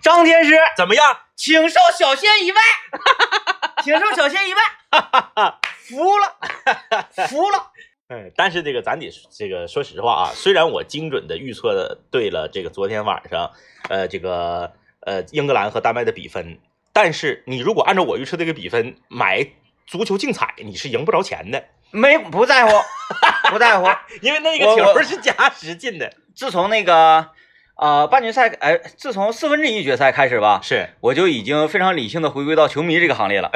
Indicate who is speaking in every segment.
Speaker 1: 张天师，
Speaker 2: 怎么样？
Speaker 1: 请受小仙一拜，请受小仙一拜，服了，服了。
Speaker 2: 嗯，但是这个咱得这个说实话啊，虽然我精准的预测的对了这个昨天晚上，呃，这个呃英格兰和丹麦的比分，但是你如果按照我预测这个比分买足球竞彩，你是赢不着钱的，
Speaker 1: 没不在乎，不在乎。
Speaker 2: 因为那个
Speaker 1: 我
Speaker 2: 球
Speaker 1: 我
Speaker 2: 是加时进的。
Speaker 1: 自从那个呃半决赛，哎，自从四分之一决赛开始吧，
Speaker 2: 是
Speaker 1: 我就已经非常理性的回归到球迷这个行列了。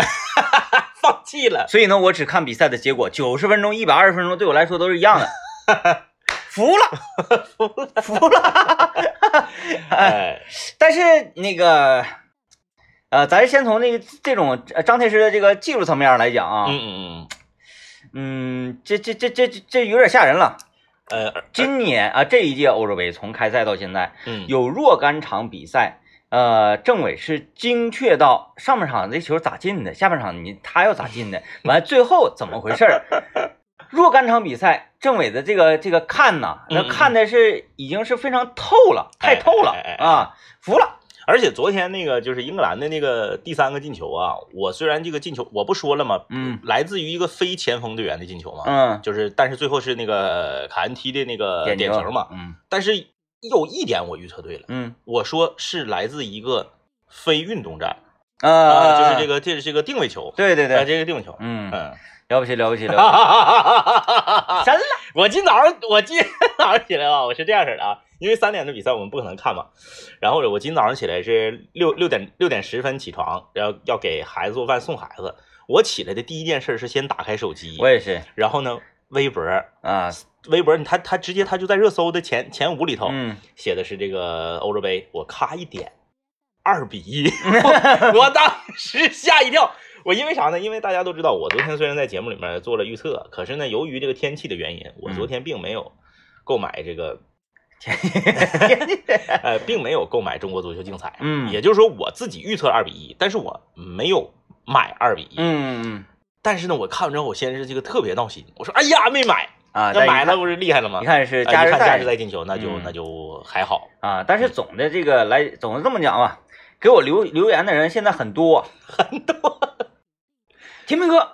Speaker 2: 放弃了，
Speaker 1: 所以呢，我只看比赛的结果，九十分钟、一百二十分钟对我来说都是一样的。服了，服了，服了。
Speaker 2: 哎，
Speaker 1: 但是那个，呃，咱先从那个这种呃张天师的这个技术层面上来讲啊，
Speaker 2: 嗯嗯嗯，
Speaker 1: 嗯，这这这这这这有点吓人了。
Speaker 2: 呃，而
Speaker 1: 今年啊、这一届欧洲杯从开赛到现在，
Speaker 2: 嗯，
Speaker 1: 有若干场比赛，呃，政委是精确到上半场这球咋进的，下半场你他要咋进的，完最后怎么回事儿？若干场比赛，政委的这个这个看呐，
Speaker 2: 嗯嗯
Speaker 1: 那
Speaker 2: 嗯
Speaker 1: 看的是已经是非常透了，太透了
Speaker 2: 哎哎哎哎
Speaker 1: 啊，服了。
Speaker 2: 而且昨天那个就是英格兰的那个第三个进球啊，我虽然这个进球我不说了嘛，
Speaker 1: 嗯
Speaker 2: 来自于一个非前锋队员的进球嘛，
Speaker 1: 嗯，
Speaker 2: 就是但是最后是那个卡恩踢的那个呃点球嘛，
Speaker 1: 嗯
Speaker 2: 但是有一点我预测对了，
Speaker 1: 嗯
Speaker 2: 我说是来自一个非运动战
Speaker 1: 呃，
Speaker 2: 啊就是这
Speaker 1: 个，
Speaker 2: 个这是个定位球，
Speaker 1: 对对对，
Speaker 2: 啊这个定位球，
Speaker 1: 嗯，
Speaker 2: 嗯，
Speaker 1: 了不起了不起了不起，
Speaker 2: 哈，
Speaker 1: 神了，
Speaker 2: 嗯 我今早上我今早上起来啊，我是这样式儿的啊，因为三点的比赛我们不可能看嘛。然后我今早上起来是六六点六点十分起床，然后要给孩子做饭送孩子。我起来的第一件事是先打开手机
Speaker 1: 我，也是
Speaker 2: 然后呢，微博，
Speaker 1: 啊，
Speaker 2: 微博，它它直接它就在热搜的前前五里头
Speaker 1: 嗯，
Speaker 2: 写的是这个欧洲杯，我咔一点，二比 一，我我当时吓一跳。我因为啥呢？因为大家都知道，我昨天虽然在节目里面做了预测，可是呢，由于这个天气的原因，我
Speaker 1: 嗯
Speaker 2: 昨天并没有购买这个， 呃，并没有购买中国足球竞彩。
Speaker 1: 嗯
Speaker 2: 也就是说，我自己预测二比一，但是我没有买二比一。
Speaker 1: 嗯
Speaker 2: 但是呢，我看完之后，我先是这个特别闹心，我说：“哎呀，没买！
Speaker 1: 啊，
Speaker 2: 要
Speaker 1: 但
Speaker 2: 买
Speaker 1: 一看
Speaker 2: 了不是厉害了吗？”
Speaker 1: 一看是
Speaker 2: 呃
Speaker 1: 加
Speaker 2: 一
Speaker 1: 时
Speaker 2: 看加
Speaker 1: 赛
Speaker 2: 时赛进球，那就
Speaker 1: 嗯
Speaker 2: 那就还好，
Speaker 1: 啊，但是总的这个来，总的这么讲吧，给我留留言的人现在很多很多。天明哥，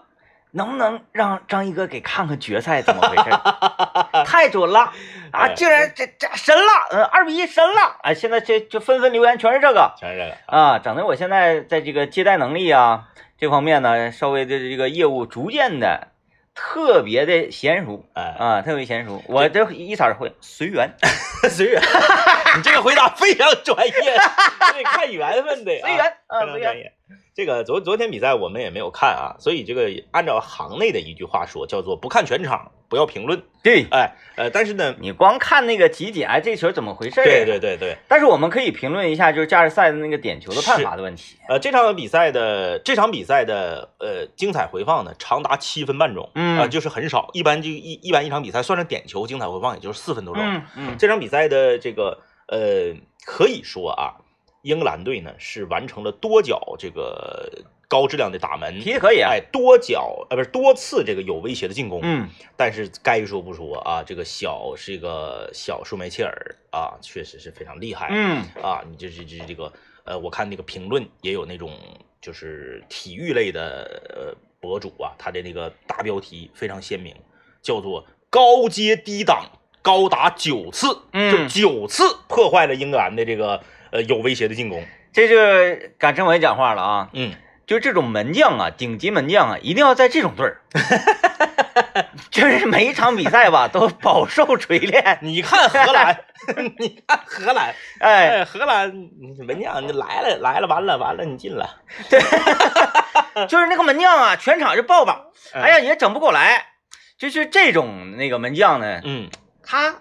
Speaker 1: 能不能让张一哥给看看决赛怎么回事？太准了啊！
Speaker 2: 哎
Speaker 1: 竟然这这神了，嗯，二比一神了！哎，现在这就纷纷留言全是这个
Speaker 2: 全是这个。
Speaker 1: 啊，整的我现在在这个接待能力啊这方面呢，稍微的这个业务逐渐的特别的娴熟
Speaker 2: 哎，
Speaker 1: 啊，特别娴熟。我这一色儿会随缘，
Speaker 2: 随缘， 你这个回答非常专业，这得看缘分的、啊，
Speaker 1: 随缘，
Speaker 2: 非
Speaker 1: 啊，
Speaker 2: 常
Speaker 1: 随
Speaker 2: 专
Speaker 1: 缘。
Speaker 2: 业。这个昨昨天比赛我们也没有看啊，所以这个按照行内的一句话说，叫做不看全场，不要评论。
Speaker 1: 对，
Speaker 2: 哎，呃，但是呢，
Speaker 1: 你光看那个集锦，哎，这球怎么回事？
Speaker 2: 对对。对对，
Speaker 1: 但是我们可以评论一下，就是加时赛的那个点球的判罚的问题。
Speaker 2: 呃，这场比赛的这场比赛的呃精彩回放呢，长达七分半钟，
Speaker 1: 嗯
Speaker 2: 啊、就是很少，一般就一一般一场比赛算上点球，精彩回放也就是四分多钟。
Speaker 1: 嗯嗯，
Speaker 2: 这场比赛的这个呃，可以说啊，英格兰队呢是完成了多脚这个高质量的打门，
Speaker 1: 踢的可以。啊
Speaker 2: 哎，多脚呃不是多次这个有威胁的进攻，
Speaker 1: 嗯，
Speaker 2: 但是该说不说啊，这个小是一个小舒梅切尔啊，确实是非常厉害，
Speaker 1: 嗯
Speaker 2: 啊，你这这这这个呃，我看那个评论也有那种就是体育类的呃博主啊，他的那个大标题非常鲜明，叫做高阶低档高达九次，就
Speaker 1: 嗯
Speaker 2: 九次破坏了英格兰的这个呃有威胁的进攻，
Speaker 1: 这就是赶政委讲话了啊，
Speaker 2: 嗯，
Speaker 1: 就这种门将啊，顶级门将啊，一定要在这种队 儿，就是每一场比赛吧都饱受锤炼。
Speaker 2: 你看荷兰， 你看荷兰，
Speaker 1: 哎，
Speaker 2: 哎，荷兰你门将你来了来了，完了完了，你进了，
Speaker 1: 就是那个门将啊，全场就爆榜，
Speaker 2: 嗯
Speaker 1: 哎呀也整不过来。就是这种那个门将呢，
Speaker 2: 嗯，
Speaker 1: 他，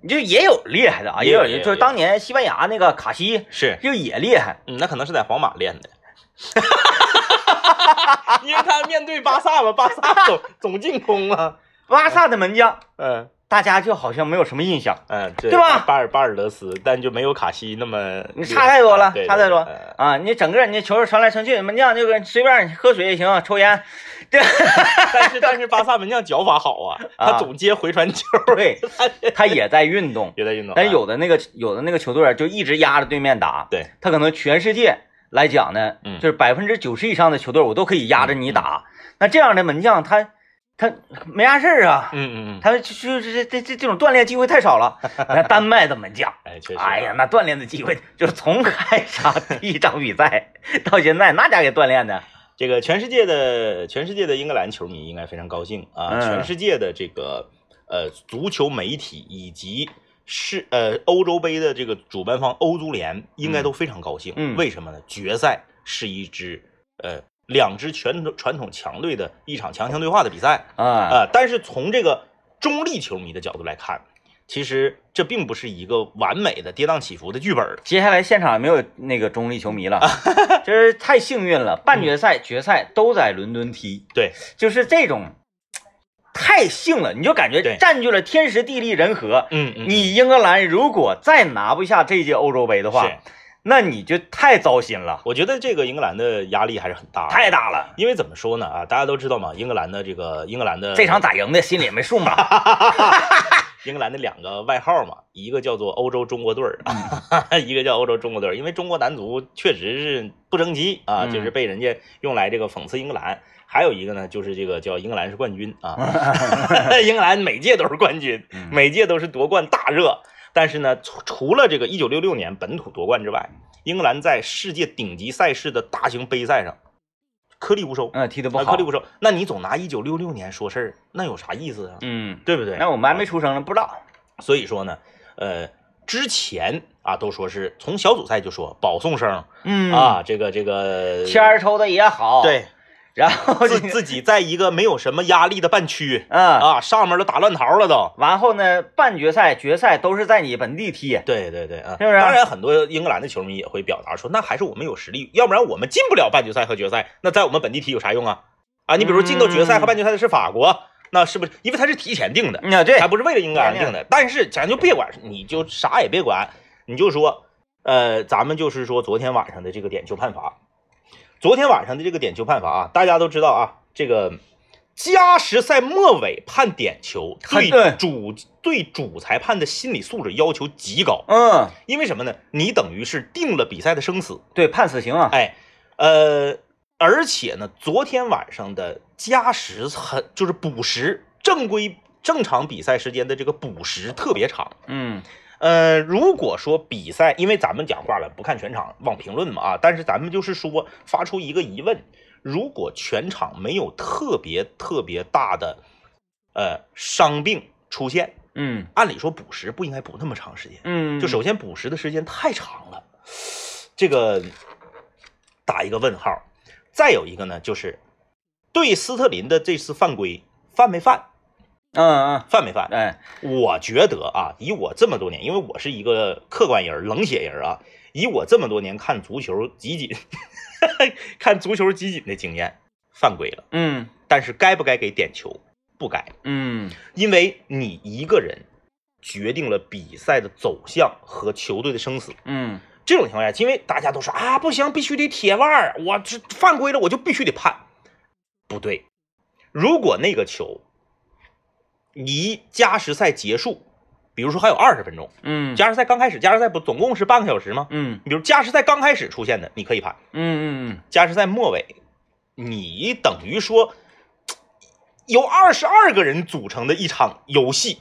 Speaker 1: 你就也有厉害的啊，
Speaker 2: 也
Speaker 1: 也
Speaker 2: 有
Speaker 1: 有
Speaker 2: 也有
Speaker 1: 人就是当年西班牙那个卡西
Speaker 2: 是，
Speaker 1: 就也厉害，
Speaker 2: 嗯，那可能是在皇马练的， 因为他面对巴萨嘛，巴萨总总进攻啊，
Speaker 1: 巴萨的门将
Speaker 2: 嗯，
Speaker 1: 大家就好像没有什么印象
Speaker 2: 嗯，对
Speaker 1: 对吧
Speaker 2: 巴尔巴尔德斯，但就没有卡西那么
Speaker 1: 你差太多了
Speaker 2: 对对
Speaker 1: 差太多
Speaker 2: 对嗯
Speaker 1: 啊！你整个你球传来传去，门将就跟随便你喝水也行，啊抽烟，
Speaker 2: 但是但是巴萨门将脚法好 啊，
Speaker 1: 啊
Speaker 2: 他总接回传球，
Speaker 1: 对，他也在运动。啊
Speaker 2: 也在运动。
Speaker 1: 但是有的那个有的那个球队就一直压着对面打，
Speaker 2: 对
Speaker 1: 他可能全世界来讲呢，
Speaker 2: 嗯
Speaker 1: 就是百分之九十以上的球队我都可以压着你打。那这样的门将他他没啥事儿啊，
Speaker 2: 嗯，嗯嗯嗯，
Speaker 1: 他就就是这这这这种锻炼机会太少了。那丹麦的门将，
Speaker 2: 哎，确实，
Speaker 1: 哎呀，那锻炼的机会 就是从开场第一场比赛 到现在，那家给锻炼的，
Speaker 2: 这个全世界的全世界的英格兰球迷应该非常高兴啊！
Speaker 1: 嗯
Speaker 2: 全世界的这个呃足球媒体以及是呃欧洲杯的这个主办方欧足联应该都非常高兴。
Speaker 1: 嗯
Speaker 2: 为什么呢？决赛是一支呃两支全传统强队的一场强强对话的比赛
Speaker 1: 啊，
Speaker 2: 啊、呃但是从这个中立球迷的角度来看，其实这并不是一个完美的跌宕起伏的剧本儿。
Speaker 1: 接下来现场没有那个中立球 迷了，真是太幸运了。半决赛、决赛都在伦敦踢，
Speaker 2: 嗯对，
Speaker 1: 就是这种太幸了，你就感觉
Speaker 2: 对
Speaker 1: 占据了天时地利人和。
Speaker 2: 嗯嗯，
Speaker 1: 你英格兰如果再拿不下这届欧洲杯的话
Speaker 2: 是，，
Speaker 1: 那你就太糟心了，
Speaker 2: 我觉得这个英格兰的压力还是很大的。
Speaker 1: 太大了。
Speaker 2: 因为怎么说呢啊，大家都知道嘛，英格兰的这个英格兰的
Speaker 1: 这场咋赢的，心里也没数 嘛。
Speaker 2: 英格兰的两个外号嘛，一个叫做欧洲中国队儿，
Speaker 1: 嗯
Speaker 2: 一个叫欧洲中国队儿。因为中国男足确实是不争气啊，
Speaker 1: 嗯
Speaker 2: 就是被人家用来这个讽刺英格兰。还有一个呢，就是这个叫英格兰是冠军 啊，英格兰每届都是冠军，
Speaker 1: 嗯
Speaker 2: 每届都是夺冠大热。但是呢，除除了这个1966年本土夺冠之外，英格兰在世界顶级赛事的大型杯赛上颗粒无收。
Speaker 1: 嗯，踢得不
Speaker 2: 啊，
Speaker 1: 好
Speaker 2: 颗粒。无收。那你总拿一九六六年说事儿，那有啥意思啊？
Speaker 1: 嗯，
Speaker 2: 对不对？
Speaker 1: 那我们还没出生呢，不知道。
Speaker 2: 所以说呢，呃，之前啊都说是从小组赛就说保送生、
Speaker 1: 嗯，
Speaker 2: 啊，这个这个
Speaker 1: 签儿抽的也好，，
Speaker 2: 对
Speaker 1: 然后
Speaker 2: 自 自己在一个没有什么压力的半区
Speaker 1: 嗯，
Speaker 2: 啊，上面都打乱桃了都。
Speaker 1: 完后呢，半决赛、决赛都是在你本地踢，
Speaker 2: 对对对啊，
Speaker 1: 是不是
Speaker 2: 当然，很多英格兰的球迷也会表达说，那还是我们有实力，要不然我们进不了半决赛和决赛，那在我们本地体有啥用啊？啊，你比如进到决赛和半决赛的是法国，那是不是因为它是提前定的？
Speaker 1: 嗯，对
Speaker 2: 还，不是为了英格兰定的。但是咱就别管，你就啥也别管，你就说，呃，咱们就是说昨天晚上的这个点球判罚，昨天晚上的这个点球判罚啊，大家都知道啊，这个加时赛末尾判点球，
Speaker 1: 很
Speaker 2: 对主对主裁判的心理素质要求极高，
Speaker 1: 嗯，
Speaker 2: 因为什么呢？你等于是定了比赛的生死，
Speaker 1: 对，判死刑啊，
Speaker 2: 哎，呃，而且呢，昨天晚上的加时很就是补时，正规正常比赛时间的这个补时特别长。
Speaker 1: 嗯
Speaker 2: 呃，如果说比赛，因为咱们讲话了，不看全场，忘评论嘛啊，但是咱们就是说发出一个疑问：如果全场没有特别特别大的呃伤病出现，
Speaker 1: 嗯
Speaker 2: 按理说补时不应该补那么长时间。
Speaker 1: 嗯，
Speaker 2: 就首先补时的时间太长了，这个打一个问号。再有一个呢，就是对斯特林的这次犯规犯没犯？
Speaker 1: 嗯嗯，
Speaker 2: 犯没犯？
Speaker 1: 哎，
Speaker 2: 我觉得啊，以我这么多年，因为我是一个客观人儿、冷血人儿啊，以我这么多年看足球集锦、 看足球集锦的经验，犯规了。
Speaker 1: 嗯
Speaker 2: 但是该不该给点球？不该，
Speaker 1: 嗯
Speaker 2: 因为你一个人决定了比赛的走向和球队的生死。
Speaker 1: 嗯
Speaker 2: 这种情况下，因为大家都说啊，不行，必须得铁腕儿，我这犯规了，我就必须得判。不对，如果那个球离加时赛结束，比如说还有二十分钟，
Speaker 1: 嗯，
Speaker 2: 加时赛刚开始，加时赛不总共是半个小时吗？
Speaker 1: 嗯
Speaker 2: 比如加时赛刚开始出现的，你可以判；
Speaker 1: 嗯嗯
Speaker 2: 加时赛末尾，你等于说由二十二个人组成的一场游戏，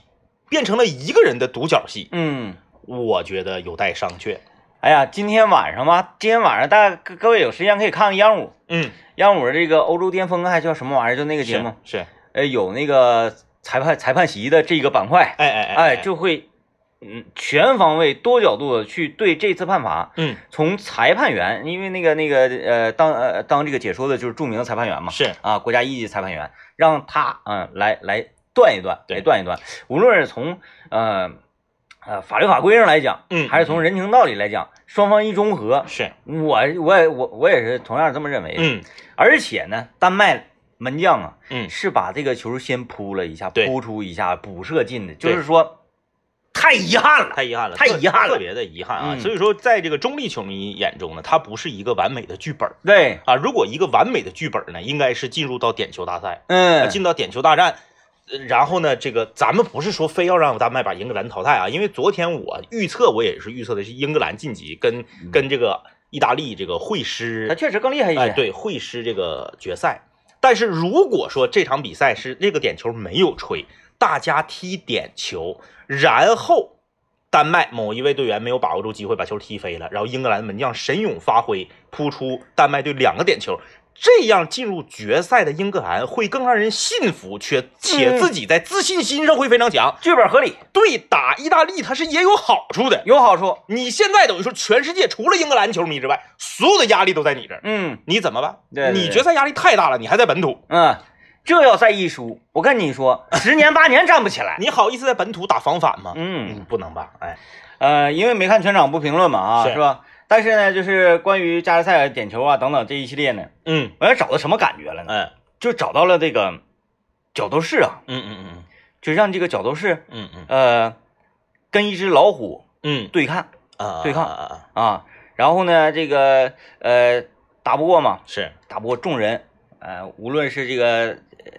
Speaker 2: 变成了一个人的独角戏，
Speaker 1: 嗯，
Speaker 2: 我觉得有待商榷。
Speaker 1: 哎呀，今天晚上吧，今天晚上大家各各位有时间可以看看央五，
Speaker 2: 嗯，
Speaker 1: 央五这个欧洲巅峰还叫什么玩意儿？就那个节目，
Speaker 2: 是，是
Speaker 1: 呃，有那个裁判裁判席的这个板块，
Speaker 2: 哎哎
Speaker 1: 哎，就会。嗯，全方位、多角度的去对这次判罚，
Speaker 2: 嗯
Speaker 1: 从裁判员，因为那个那个呃，当呃当这个解说的就是著名的裁判员嘛，
Speaker 2: 是
Speaker 1: 啊，国家一级裁判员，让他嗯来来断一断，
Speaker 2: 对
Speaker 1: 来断一断，无论是从呃呃法律法规上来讲，
Speaker 2: 嗯
Speaker 1: 还是从人情道理来讲，双方一中和，
Speaker 2: 是
Speaker 1: 我我也我我也是同样这么认为的，
Speaker 2: 嗯
Speaker 1: 而且呢，丹麦门将啊，
Speaker 2: 嗯
Speaker 1: 是把这个球先扑了一下，
Speaker 2: 对
Speaker 1: 扑出一下补射进的，就
Speaker 2: 对
Speaker 1: 是说太遗憾了。
Speaker 2: 太遗憾了，
Speaker 1: 太
Speaker 2: 特
Speaker 1: 遗憾了
Speaker 2: 特别的遗憾啊。
Speaker 1: 嗯
Speaker 2: 所以说，在这个中立球迷眼中呢，它不是一个完美的剧本儿
Speaker 1: 对，
Speaker 2: 啊。如果一个完美的剧本儿呢，应该是进入到点球大赛，
Speaker 1: 嗯，
Speaker 2: 进到点球大战。呃然后呢，这个咱们不是说非要让丹麦把英格兰淘汰啊，因为昨天我预测，我也是预测的是英格兰晋级跟，跟这个意大利这个会师
Speaker 1: 嗯他确实更厉害一些。
Speaker 2: 哎，对，会师这个决赛。但是如果说这场比赛是那个点球没有吹，大家踢点球，然后丹麦某一位队员没有把握住机会把球踢飞了，然后英格兰门将神勇发挥扑出丹麦队两个点球，这样进入决赛的英格兰会更让人信服，且且
Speaker 1: 嗯
Speaker 2: 自己在自信心上会非常强。
Speaker 1: 剧本合理，
Speaker 2: 对打意大利它是也有好处的。
Speaker 1: 有好处。
Speaker 2: 你现在等于说全世界除了英格兰球迷之外，所有的压力都在你这儿。
Speaker 1: 嗯
Speaker 2: 你怎么办？
Speaker 1: 对对对
Speaker 2: 你决赛压力太大了，你还在本土，
Speaker 1: 嗯，这要再一输，我跟你说，十年八年站不起来。
Speaker 2: 你好意思在本土打防反吗？
Speaker 1: 嗯，
Speaker 2: 不能吧？哎，
Speaker 1: 呃，因为没看全场不评论嘛啊，
Speaker 2: 是
Speaker 1: 是吧？但是呢，就是关于加时赛、点球啊等等这一系列呢，
Speaker 2: 嗯，
Speaker 1: 我要找到什么感觉了呢？
Speaker 2: 哎，
Speaker 1: 就找到了这个角斗士啊，
Speaker 2: 嗯嗯
Speaker 1: 就让这个角斗士
Speaker 2: 嗯嗯
Speaker 1: 呃跟一只老虎
Speaker 2: 嗯
Speaker 1: 对看
Speaker 2: 嗯啊，
Speaker 1: 对抗
Speaker 2: 啊啊啊
Speaker 1: 啊，然后呢，这个呃打不过嘛，
Speaker 2: 是，
Speaker 1: 打不过众人，呃，无论是这个呃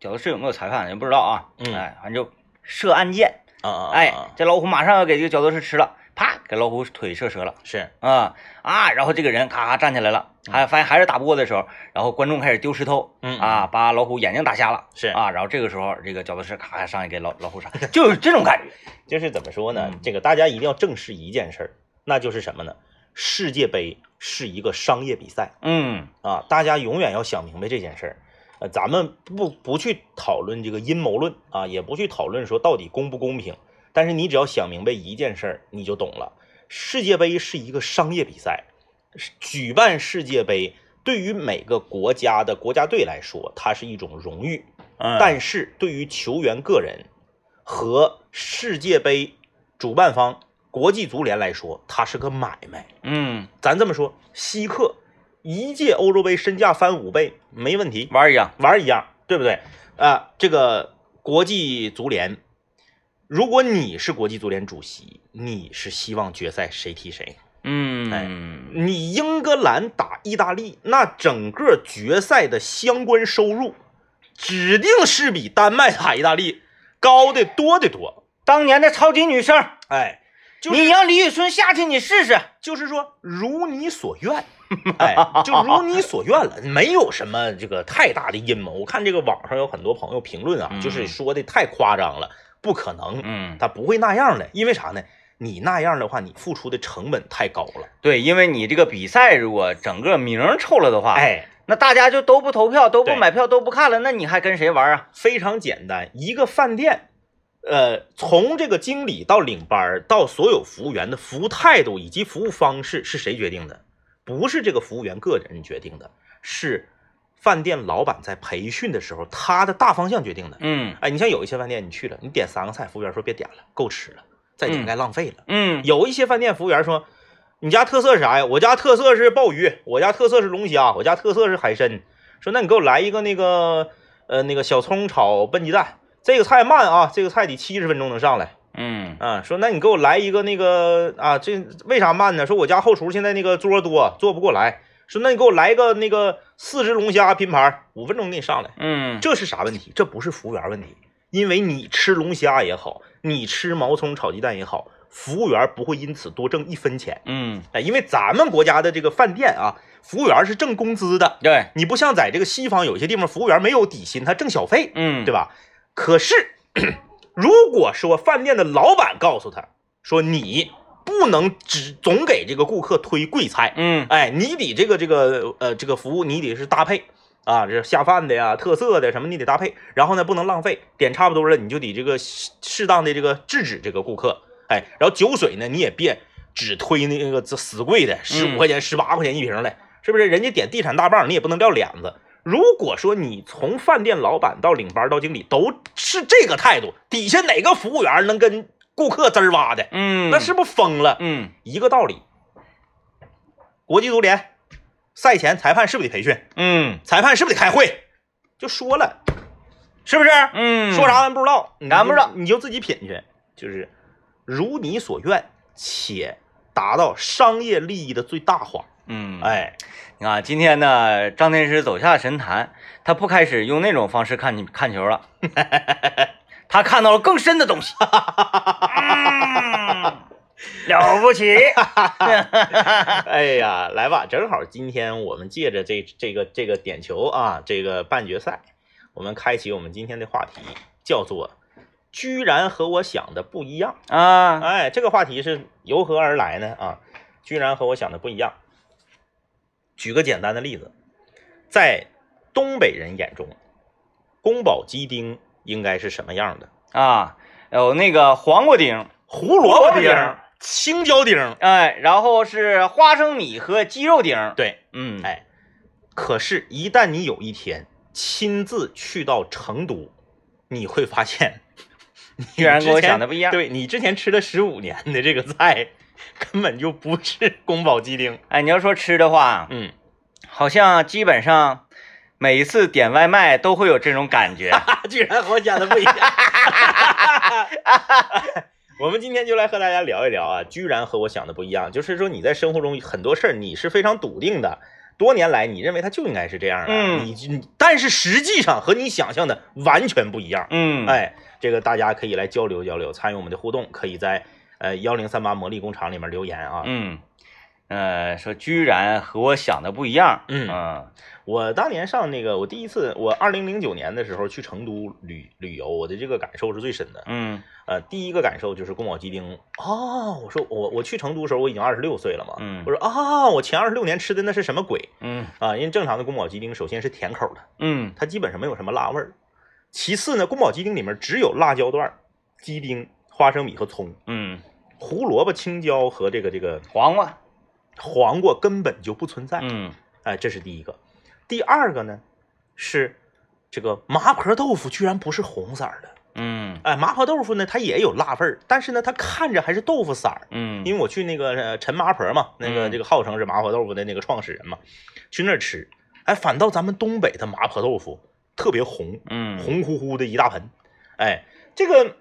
Speaker 1: 角斗士有没有裁判，人不知道啊，
Speaker 2: 嗯
Speaker 1: 哎，反正就射暗箭，
Speaker 2: 啊啊，啊
Speaker 1: 哎
Speaker 2: 啊，
Speaker 1: 这老虎马上要给这个角斗士吃了，啪，给老虎腿射折了，
Speaker 2: 是，
Speaker 1: 啊啊，然后这个人咔咔站起来了，还发现还是打不过的时候，然后观众开始丢石头，
Speaker 2: 嗯
Speaker 1: 啊，把老虎眼睛打瞎了，
Speaker 2: 是
Speaker 1: 啊，然后这个时候这个角斗士咔咔上去给老老虎杀，就是这种感觉，
Speaker 2: 就是怎么说呢？
Speaker 1: 嗯
Speaker 2: 这个大家一定要正视一件事儿，那就是什么呢？世界杯是一个商业比赛
Speaker 1: 嗯
Speaker 2: 啊，大家永远要想明白这件事儿。呃，咱们不不去讨论这个阴谋论啊，也不去讨论说到底公不公平，但是你只要想明白一件事儿，你就懂了。世界杯是一个商业比赛，是举办世界杯对于每个国家的国家队来说，它是一种荣誉，
Speaker 1: 嗯，
Speaker 2: 但是对于球员个人和世界杯主办方国际足联来说，它是个买卖。
Speaker 1: 嗯
Speaker 2: 咱这么说，稀客一届欧洲杯身价翻五倍没问题，
Speaker 1: 玩儿一样，
Speaker 2: 玩儿一样，对不对？啊、这个国际足联，如果你是国际足联主席，你是希望决赛谁踢谁？
Speaker 1: 嗯
Speaker 2: 哎你英格兰打意大利，那整个决赛的相关收入，指定是比丹麦打意大利高得多得多。
Speaker 1: 当年的超级女声，
Speaker 2: 哎，就是
Speaker 1: 你让李宇春下去，你试试，
Speaker 2: 就是说如你所愿，哎，就如你所愿了，没有什么这个太大的阴谋。我看这个网上有很多朋友评论啊，
Speaker 1: 嗯
Speaker 2: 就是说的太夸张了，不可能，
Speaker 1: 嗯，
Speaker 2: 他不会那样的，因为啥呢？你那样的话，你付出的成本太高了，
Speaker 1: 对，因为你这个比赛如果整个名儿臭了的话，，
Speaker 2: 哎。
Speaker 1: 那大家就都不投票，都不
Speaker 2: 对
Speaker 1: 买票，都不看了，那你还跟谁玩啊？
Speaker 2: 非常简单，一个饭店，呃，从这个经理到领班儿到所有服务员的服务态度以及服务方式是谁决定的？不是这个服务员个人决定的，是饭店老板在培训的时候他的大方向决定的。
Speaker 1: 嗯
Speaker 2: 哎，你像有一些饭店，你去了，你点三个菜，服务员说别点了，够吃了，再点
Speaker 1: 嗯
Speaker 2: 该浪费了。
Speaker 1: 嗯
Speaker 2: 有一些饭店服务员说，你家特色是啥呀？我家特色是鲍鱼，我家特色是龙虾，我家特色是海参。说那你给我来一个那个呃那个小葱炒笨鸡蛋，这个菜慢啊，这个菜得七十分钟能上来
Speaker 1: 嗯
Speaker 2: 啊。说那你给我来一个那个啊，这为啥慢呢？说我家后厨现在那个桌多，做不过来。说那你给我来一个那个四只龙虾拼盘，五分钟给你上来。
Speaker 1: 嗯，
Speaker 2: 这是啥问题？这不是服务员问题，因为你吃龙虾也好，你吃毛葱炒鸡蛋也好，服务员不会因此多挣一分钱。
Speaker 1: 嗯
Speaker 2: 哎，因为咱们国家的这个饭店啊，服务员是挣工资的，
Speaker 1: 对，
Speaker 2: 你不像在这个西方有些地方，服务员没有底薪，他挣小费，
Speaker 1: 嗯
Speaker 2: 对吧？可是如果说饭店的老板告诉他说你不能只总给这个顾客推贵菜，
Speaker 1: 嗯
Speaker 2: 哎，你得这个这个呃这个服务你得是搭配啊，这下饭的呀、特色的什么你得搭配，然后呢不能浪费，点差不多了你就得这个适适当的这个制止这个顾客，哎，然后酒水呢你也别只推那个死贵的，十五块钱、十八块钱一瓶的，是不是？人家点地产大棒你也不能撂脸子。如果说你从饭店老板到领班到经理都是这个态度，底下哪个服务员能跟顾客滋儿哇的？
Speaker 1: 嗯，
Speaker 2: 那是不是疯了？
Speaker 1: 嗯
Speaker 2: 一个道理。国际足联赛前裁判是不是得培训？
Speaker 1: 嗯
Speaker 2: 裁判是不是得开会？就说了，是不是？
Speaker 1: 嗯，
Speaker 2: 说啥咱不知道，你
Speaker 1: 咱
Speaker 2: 就
Speaker 1: 不知道
Speaker 2: 你就自己品去。就是如你所愿，且达到商业利益的最大化。
Speaker 1: 嗯，哎，
Speaker 2: 哎，
Speaker 1: 你看今天呢，张天师走下神坛，他不开始用那种方式看你看球了， 他看到了更深的东西，嗯了不起，
Speaker 2: 哎呀，来吧，正好今天我们借着这这个这个点球啊，这个半决赛，我们开启我们今天的话题，叫做“居然和我想的不一样”。
Speaker 1: 啊，
Speaker 2: 哎，这个话题是由何而来呢？啊，居然和我想的不一样。举个简单的例子，在东北人眼中，宫保鸡丁应该是什么样的？
Speaker 1: 啊，有那个黄瓜丁，
Speaker 2: 胡萝
Speaker 1: 卜
Speaker 2: 卜
Speaker 1: 丁
Speaker 2: 丁、青椒丁，
Speaker 1: 哎，然后是花生米和鸡肉丁，
Speaker 2: 对，
Speaker 1: 嗯，
Speaker 2: 哎，可是，一旦你有一天亲自去到成都，你会发现，
Speaker 1: 居然跟我想的不一样。
Speaker 2: 对你之前吃了十五年的这个菜， 根本就不是宫保鸡丁。
Speaker 1: 哎，你要说吃的话，
Speaker 2: 嗯，
Speaker 1: 好像基本上每一次点外卖都会有这种感觉。
Speaker 2: 居然和我想的不一样。 我们今天就来和大家聊一聊啊，居然和我想的不一样。就是说你在生活中很多事儿你是非常笃定的，多年来你认为它就应该是这样的，
Speaker 1: 嗯
Speaker 2: 你你但是实际上和你想象的完全不一样。
Speaker 1: 嗯，，
Speaker 2: 哎，这个大家可以来交流交流，参与我们的互动，可以在呃幺零三八魔力工厂里面留言啊。
Speaker 1: 嗯，呃，说居然和我想的不一样。
Speaker 2: 嗯
Speaker 1: 啊
Speaker 2: 我当年上那个，我第一次，我二零零九年的时候去成都旅旅游，我的这个感受是最深的。
Speaker 1: 嗯
Speaker 2: 呃，第一个感受就是宫保鸡丁。哦，我说我我去成都的时候我已经二十六岁了嘛，
Speaker 1: 嗯
Speaker 2: 我说啊，我前二十六年吃的那是什么鬼
Speaker 1: 嗯
Speaker 2: 啊？因为正常的宫保鸡丁首先是甜口的，
Speaker 1: 嗯
Speaker 2: 它基本上没有什么辣味儿。其次呢，宫保鸡丁里面只有辣椒段儿、鸡丁、花生米和葱，
Speaker 1: 嗯，
Speaker 2: 胡萝卜、青椒和这个这个
Speaker 1: 黄瓜。
Speaker 2: 黄瓜根本就不存在。
Speaker 1: 嗯
Speaker 2: 哎，这是第一个。第二个呢是这个麻婆豆腐居然不是红色儿的。
Speaker 1: 嗯
Speaker 2: 哎，麻婆豆腐呢，它也有辣味儿，但是呢，它看着还是豆腐色儿。
Speaker 1: 嗯，
Speaker 2: 因为我去那个呃陈麻婆嘛，那个
Speaker 1: 嗯
Speaker 2: 这个号称是麻婆豆腐的那个创始人嘛，去那儿吃，哎，反倒咱们东北的麻婆豆腐特别红，
Speaker 1: 嗯
Speaker 2: 红乎乎的一大盆，哎，这个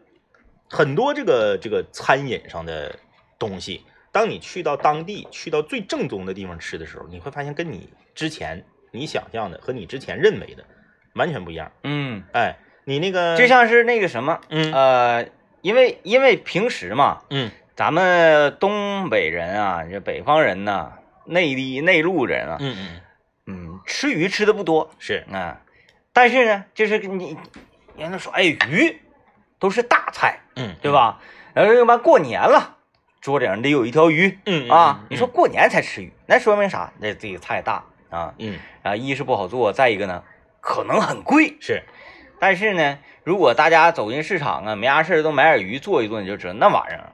Speaker 2: 很多这个这个餐饮上的东西，当你去到当地，去到最正宗的地方吃的时候，你会发现跟你之前你想象的和你之前认为的完全不一样，
Speaker 1: 嗯，
Speaker 2: 哎，你那个
Speaker 1: 就像是那个什么，
Speaker 2: 嗯
Speaker 1: 呃，因为因为平时嘛，
Speaker 2: 嗯
Speaker 1: 咱们东北人啊，这北方人呐，内地内陆人啊，
Speaker 2: 嗯嗯
Speaker 1: 嗯，吃鱼吃的不多。
Speaker 2: 是
Speaker 1: 啊，但是呢，就是你，人家说，哎，鱼都是大菜，
Speaker 2: 嗯
Speaker 1: 对吧？然后一般过年了，桌顶上得有一条鱼
Speaker 2: 嗯
Speaker 1: 啊。你
Speaker 2: 嗯
Speaker 1: 说过年才吃鱼，那说明啥？那这个菜大啊
Speaker 2: 嗯
Speaker 1: 啊，一是不好做，再一个呢，可能很贵。
Speaker 2: 是
Speaker 1: 但是呢，如果大家走进市场啊，没啥事儿都买点鱼做一做，你就知道那玩意儿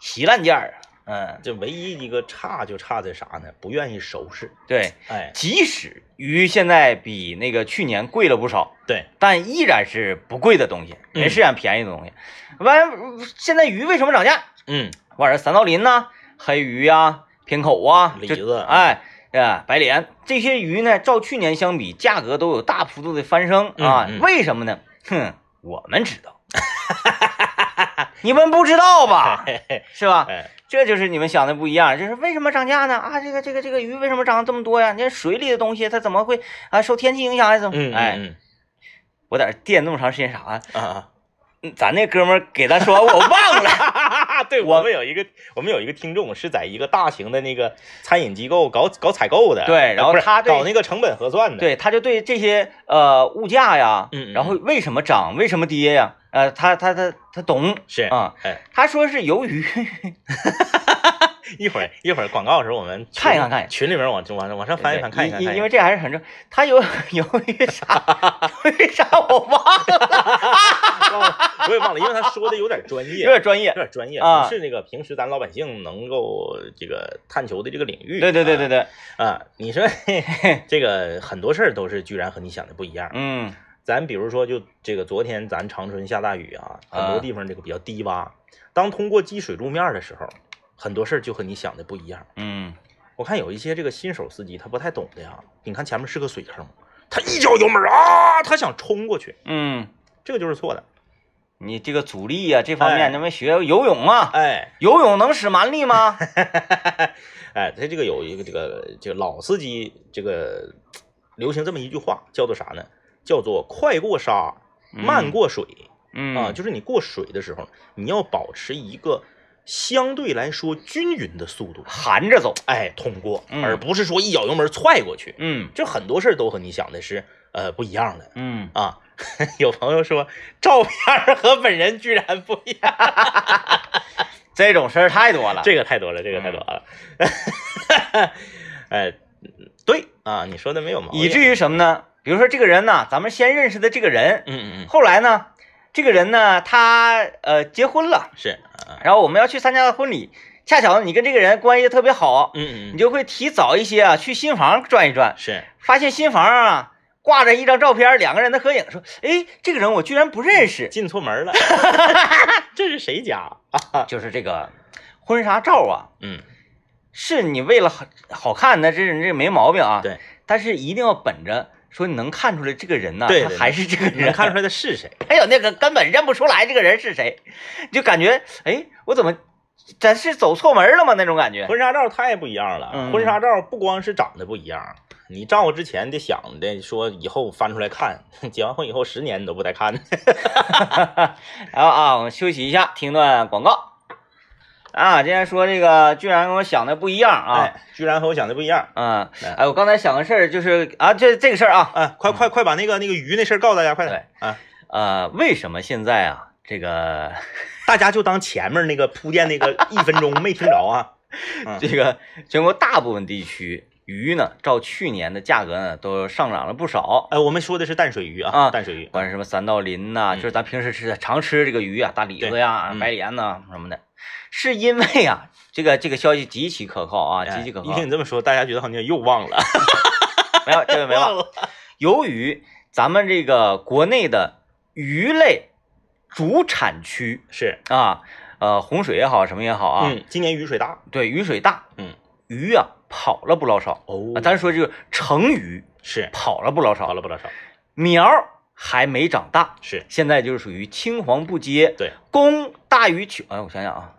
Speaker 1: 稀烂件儿啊。嗯，
Speaker 2: 这唯一一个差就差在啥呢？不愿意收拾。
Speaker 1: 对，
Speaker 2: 哎，
Speaker 1: 即使鱼现在比那个去年贵了不少，
Speaker 2: 对，
Speaker 1: 但依然是不贵的东西，
Speaker 2: 嗯
Speaker 1: 也是很便宜的东西。完、现在鱼为什么涨价？
Speaker 2: 嗯，
Speaker 1: 完事儿三道鳞呐、黑鱼呀、平口啊、
Speaker 2: 梨
Speaker 1: 这
Speaker 2: 子啊
Speaker 1: 哎。啊，白鲢这些鱼呢，照去年相比，价格都有大幅度的翻升啊！
Speaker 2: 嗯嗯
Speaker 1: 为什么呢？哼，我们知道， 你们不知道 吧？
Speaker 2: 嘿嘿，
Speaker 1: 是吧？
Speaker 2: 哎，
Speaker 1: 这就是你们想的不一样，就是为什么涨价呢？啊，这个这个这个鱼为什么涨这么多呀？你看水里的东西它怎么会啊受天气影响还是怎么？
Speaker 2: 嗯，
Speaker 1: 哎，
Speaker 2: 嗯
Speaker 1: 我在这垫那么长时间啥呀？
Speaker 2: 嗯啊
Speaker 1: 嗯咱那哥们儿给咱说完我忘 了。
Speaker 2: 啊，对
Speaker 1: 我
Speaker 2: 我们有一个，我们有一个听众是在一个大型的那个餐饮机构搞搞采购的，
Speaker 1: 对然后
Speaker 2: 呃不是
Speaker 1: 他对
Speaker 2: 搞那个成本核算的，，
Speaker 1: 对，他就对这些呃物价呀，
Speaker 2: 嗯嗯
Speaker 1: 然后为什么涨，为什么跌呀？呃，他他他他懂
Speaker 2: 是，
Speaker 1: 啊。
Speaker 2: 哎，
Speaker 1: 他说是由于
Speaker 2: 一会儿一会儿广告的时候我们 群
Speaker 1: 看一看看一看
Speaker 2: 群里面往往往上翻一翻看一看，
Speaker 1: 因
Speaker 2: 看一
Speaker 1: 因为
Speaker 2: 看
Speaker 1: 这还是很正。他由 由于啥？ 由于啥？我忘了，
Speaker 2: 我也忘了，因为他说的有点专业，
Speaker 1: 有点专
Speaker 2: 有
Speaker 1: 业。
Speaker 2: 点专业，
Speaker 1: 啊
Speaker 2: 不是那个平时咱老百姓能够这个探求的这个领域，
Speaker 1: 对对对对对，
Speaker 2: 啊，啊，你说这个很多事儿都是居然和你想的不一样，
Speaker 1: 嗯
Speaker 2: 咱比如说，就这个昨天咱长春下大雨啊，
Speaker 1: 啊
Speaker 2: 很多地方这个比较低洼。当通过积水路面的时候，很多事儿就和你想的不一样。
Speaker 1: 嗯
Speaker 2: 我看有一些这个新手司机他不太懂的呀，你看前面是个水坑，他一脚油门啊，他想冲过去，
Speaker 1: 嗯，
Speaker 2: 这个就是错的。
Speaker 1: 你这个阻力呀、这方
Speaker 2: 哎
Speaker 1: 面，咱们学游泳啊，
Speaker 2: 哎，
Speaker 1: 游泳能使蛮力吗？
Speaker 2: 哎，他这个有一个这个这个老司机这个流行这么一句话，叫做啥呢？叫做快过沙，慢过水、
Speaker 1: 嗯
Speaker 2: 啊，就是你过水的时候，你要保持一个相对来说均匀的速度，
Speaker 1: 含着走，
Speaker 2: 哎，通过，
Speaker 1: 嗯
Speaker 2: 而不是说一脚油门踹过去。
Speaker 1: 嗯
Speaker 2: 这很多事儿都和你想的是呃不一样的
Speaker 1: 嗯，
Speaker 2: 啊。 有朋友说照片儿和本人居然不一样，
Speaker 1: 这种事儿太多了。
Speaker 2: 这个太多了，这个太多了。嗯 哎，对啊，你说的没有毛病。
Speaker 1: 以至于什么呢？比如说这个人呢，咱们先认识的这个人，
Speaker 2: 嗯嗯嗯，
Speaker 1: 后来呢，这个人呢，他呃结婚了，
Speaker 2: 是啊，
Speaker 1: 然后我们要去参加婚礼，恰巧你跟这个人关系特别好，
Speaker 2: 嗯
Speaker 1: 你
Speaker 2: 嗯，
Speaker 1: 就会提早一些啊去新房转一转，
Speaker 2: 是
Speaker 1: 发现新房啊挂着一张照片，两个人的合影，说，哎，这个人我居然不认识，
Speaker 2: 进错门了， 这是谁家？啊
Speaker 1: 就是这个婚纱照啊，
Speaker 2: 嗯，
Speaker 1: 是你为了好好看，那这这没毛病啊。
Speaker 2: 对，
Speaker 1: 但是一定要本着说你能看出来这个人呐、
Speaker 2: 对
Speaker 1: 他
Speaker 2: 对
Speaker 1: 还是这个
Speaker 2: 能
Speaker 1: 人，
Speaker 2: 看出来的是谁？
Speaker 1: 还有那个根本认不出来这个人是谁，你就感觉哎，我怎么咱是走错门了吗？那种感 觉。
Speaker 2: 婚纱照太不一样了，
Speaker 1: 嗯
Speaker 2: 婚纱照不光是长得不一样，你照之前得想着说以后翻出来看， 结完婚以后十年你都不带看的。
Speaker 1: 然后啊，我们休息一下，听段广告。啊，今天说这个居然跟我想的不一样啊。
Speaker 2: 哎，居然和我想的不一样。
Speaker 1: 嗯，
Speaker 2: 哎
Speaker 1: 哎，我刚才想个事儿，就是啊，这这个事儿啊，
Speaker 2: 啊，快快快把那个那个鱼那事儿告诉大家，快点啊！
Speaker 1: 呃，为什么现在啊，这个
Speaker 2: 大家就当前面那个铺垫那 个一分钟没听着啊。嗯
Speaker 1: 这个全国大部分地区鱼呢，照去年的价格呢，都上涨了不少。
Speaker 2: 哎，我们说的是淡水鱼
Speaker 1: 啊
Speaker 2: 啊，淡水鱼。
Speaker 1: 管什么三道鳞呐、
Speaker 2: 嗯
Speaker 1: 就是咱平时吃的常吃这个鱼啊，大鲤子呀、
Speaker 2: 对嗯
Speaker 1: 白鲢呐、什么的，是因为啊，这个这个消息极其可靠啊，
Speaker 2: 哎
Speaker 1: 极其可靠
Speaker 2: 一。听你这么说，大家觉得好像又忘了，
Speaker 1: 没有，这位没有。
Speaker 2: 了。
Speaker 1: 由于咱们这个国内的鱼类主产区
Speaker 2: 是
Speaker 1: 啊，呃，洪水也好，什么也好啊，
Speaker 2: 嗯，今年雨水大
Speaker 1: 对，雨水大，
Speaker 2: 嗯，
Speaker 1: 鱼啊跑了不老少
Speaker 2: 哦
Speaker 1: 啊，咱说这个成鱼
Speaker 2: 是
Speaker 1: 跑了不老
Speaker 2: 少
Speaker 1: 少
Speaker 2: 了，不老少，
Speaker 1: 苗儿还没长大，
Speaker 2: 是
Speaker 1: 现在就是属于青黄不接，
Speaker 2: 对，
Speaker 1: 公大于求，哎，我想想啊，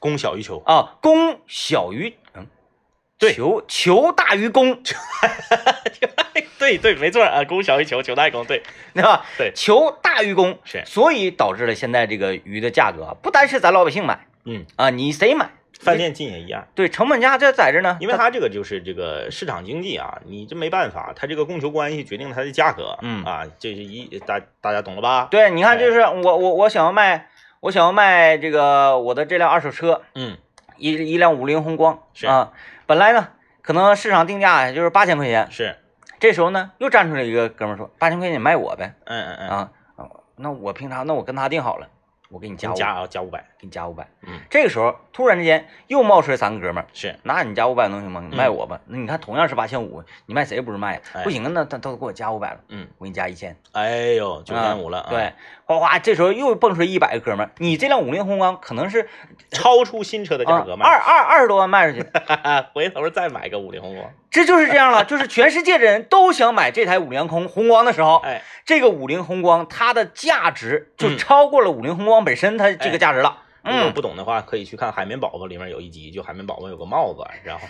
Speaker 2: 供小于 求。
Speaker 1: 啊，公小于，嗯，
Speaker 2: 对
Speaker 1: 求求大于公，
Speaker 2: 对对，没错啊，供小于求，求大于供。对，
Speaker 1: 对吧？
Speaker 2: 对
Speaker 1: 求大于公
Speaker 2: 是
Speaker 1: 所以导致了现在这个鱼的价格啊，不单是咱老百姓买
Speaker 2: 嗯，
Speaker 1: 啊，你谁买？
Speaker 2: 饭店进也一样，
Speaker 1: 对，成本价这在这呢，
Speaker 2: 因为它这个就是这个市场经济啊，你这没办法，它这个供求关系决定它的价格。
Speaker 1: 嗯
Speaker 2: 啊，这是一大大家懂了吧？
Speaker 1: 对，你看，
Speaker 2: 哎
Speaker 1: 就是我我我想要卖，我想要卖这个我的这辆二手车，
Speaker 2: 嗯，
Speaker 1: 一一辆五菱宏光
Speaker 2: 是
Speaker 1: 啊，本来呢可能市场定价也就是八千块钱，
Speaker 2: 是，
Speaker 1: 这时候呢又站出来一个哥们儿说八千块钱你卖我呗
Speaker 2: 嗯嗯嗯，
Speaker 1: 啊，啊那我平常那我跟他定好了，我给你加
Speaker 2: 加
Speaker 1: 五
Speaker 2: 加啊加五百，
Speaker 1: 给你加五百，
Speaker 2: 嗯，
Speaker 1: 这个时候突然之间又冒出来三个哥们儿。
Speaker 2: 是
Speaker 1: 那你加五百能行吗？你
Speaker 2: 嗯
Speaker 1: 卖我吧。那你看，同样是八千五，你卖谁不是卖呀？
Speaker 2: 哎
Speaker 1: 不行啊，那他都给我加五百了，
Speaker 2: 嗯，
Speaker 1: 我给你加一千。
Speaker 2: 哎呦，九千五了啊，
Speaker 1: 对，哗哗，这时候又蹦出一百个哥们儿，你这辆五菱宏光可能是
Speaker 2: 超出新车的价格
Speaker 1: 啊
Speaker 2: 卖，
Speaker 1: 二二二十多万卖出 去，
Speaker 2: 回头再买个五菱宏光，
Speaker 1: 这就是这样了，就是全世界的人都想买这台五菱宏宏光的时候，
Speaker 2: 哎，
Speaker 1: 这个五菱宏光它的价值就
Speaker 2: 嗯哎
Speaker 1: 超过了五菱宏光本身它这个价值了。
Speaker 2: 如果
Speaker 1: 嗯，
Speaker 2: 不懂的话，可以去看《海绵宝宝》里面有一集，就海绵宝宝有个帽子，然 后，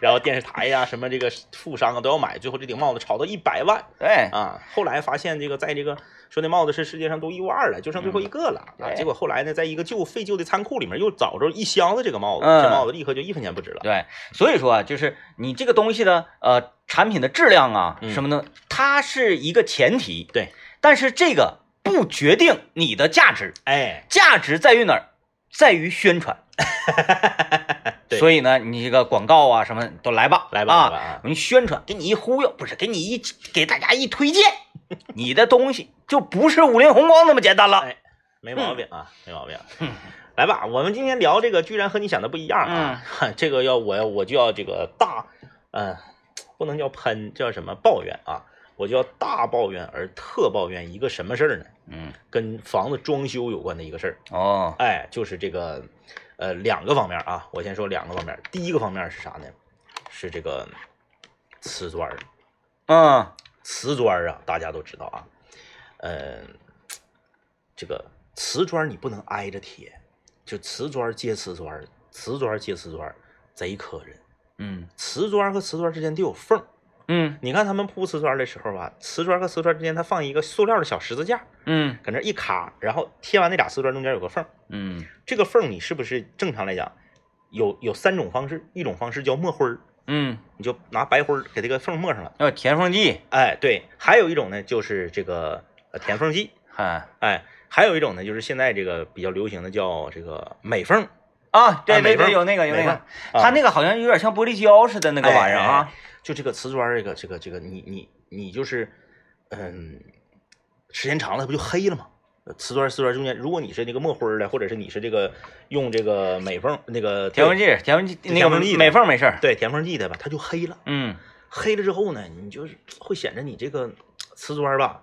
Speaker 2: 然后电视台呀、什么这个富商啊都要买，最后这顶帽子炒到一百万
Speaker 1: 对，
Speaker 2: 啊！后来发现这个在这个说那帽子是世界上独一无二的，就剩最后一个了、
Speaker 1: 嗯
Speaker 2: 啊！
Speaker 1: 对
Speaker 2: 结果后来呢，在一个旧废旧的仓库里面又找着一箱子这个帽子，
Speaker 1: 嗯
Speaker 2: 这帽子立刻就一分钱不值了。
Speaker 1: 对，所以说啊，就是你这个东西的呃产品的质量啊
Speaker 2: 嗯
Speaker 1: 什么的，它是一个前提。
Speaker 2: 对，
Speaker 1: 但是这个不决定你的价值，
Speaker 2: 哎，
Speaker 1: 价值在于哪儿？在于宣传。
Speaker 2: 对
Speaker 1: 所以呢，你这个广告啊什么都来吧，
Speaker 2: 来吧，
Speaker 1: 啊
Speaker 2: 来吧，啊！
Speaker 1: 你宣传，给你一忽悠，不是给你一给大家一推 荐，你的东西就不是五菱宏光那么简单了。
Speaker 2: 哎没毛病
Speaker 1: 嗯
Speaker 2: 啊，没毛病。来吧，我们今天聊这个，居然和你想的不一样啊！
Speaker 1: 嗯
Speaker 2: 这个要我要我就要这个大，呃，不能叫喷，叫什么抱怨啊？我就要大抱怨而特抱怨一个什么事儿呢？
Speaker 1: 嗯，
Speaker 2: 跟房子装修有关的一个事儿。
Speaker 1: 哦，
Speaker 2: 哎，就是这个，呃，两个方面啊。我先说两个方面。第一个方面是啥呢？是这个瓷砖儿，
Speaker 1: 嗯
Speaker 2: 瓷砖儿啊，大家都知道啊，嗯、这个瓷砖儿你不能挨着贴，就瓷砖儿接瓷砖儿，瓷砖儿接瓷砖儿，贼磕碜。
Speaker 1: 嗯
Speaker 2: 瓷砖儿和瓷砖儿之间得有缝儿，
Speaker 1: 嗯
Speaker 2: 你看他们铺瓷砖儿的时候吧，瓷砖儿和瓷砖儿之间它放一个塑料的小十字架，
Speaker 1: 嗯
Speaker 2: 搁那儿一卡，然后贴完那俩瓷砖中间有个缝儿，
Speaker 1: 嗯
Speaker 2: 这个缝儿你是不是正常来讲有有三种方式？一种方式叫抹灰儿，
Speaker 1: 嗯，
Speaker 2: 你就拿白灰儿给这个缝儿抹上了。
Speaker 1: 要填缝剂，
Speaker 2: 哎，对，还有一种呢就是这个呃填缝剂，
Speaker 1: 嗨
Speaker 2: 哎，还有一种呢就是现在这个比较流行的叫这个美缝，
Speaker 1: 啊，对对
Speaker 2: 啊美缝
Speaker 1: 对，有那个有那
Speaker 2: 美缝
Speaker 1: 个，它那个好像有点像玻璃胶似的那
Speaker 2: 那
Speaker 1: 个玩意儿啊，
Speaker 2: 哎就这个瓷砖儿这个这个这个你你你就是嗯，时间长了它不就黑了吗？瓷砖儿瓷砖儿中间，如果你是那个抹灰儿的，或者是你是这个用这个美缝那个
Speaker 1: 填缝，剂填缝剂
Speaker 2: 对
Speaker 1: 那
Speaker 2: 填缝
Speaker 1: 个
Speaker 2: 剂的
Speaker 1: 美缝没事儿，
Speaker 2: 对填缝剂的吧，它就黑了。
Speaker 1: 嗯
Speaker 2: 黑了之后呢，你就是会显得你这个瓷砖吧，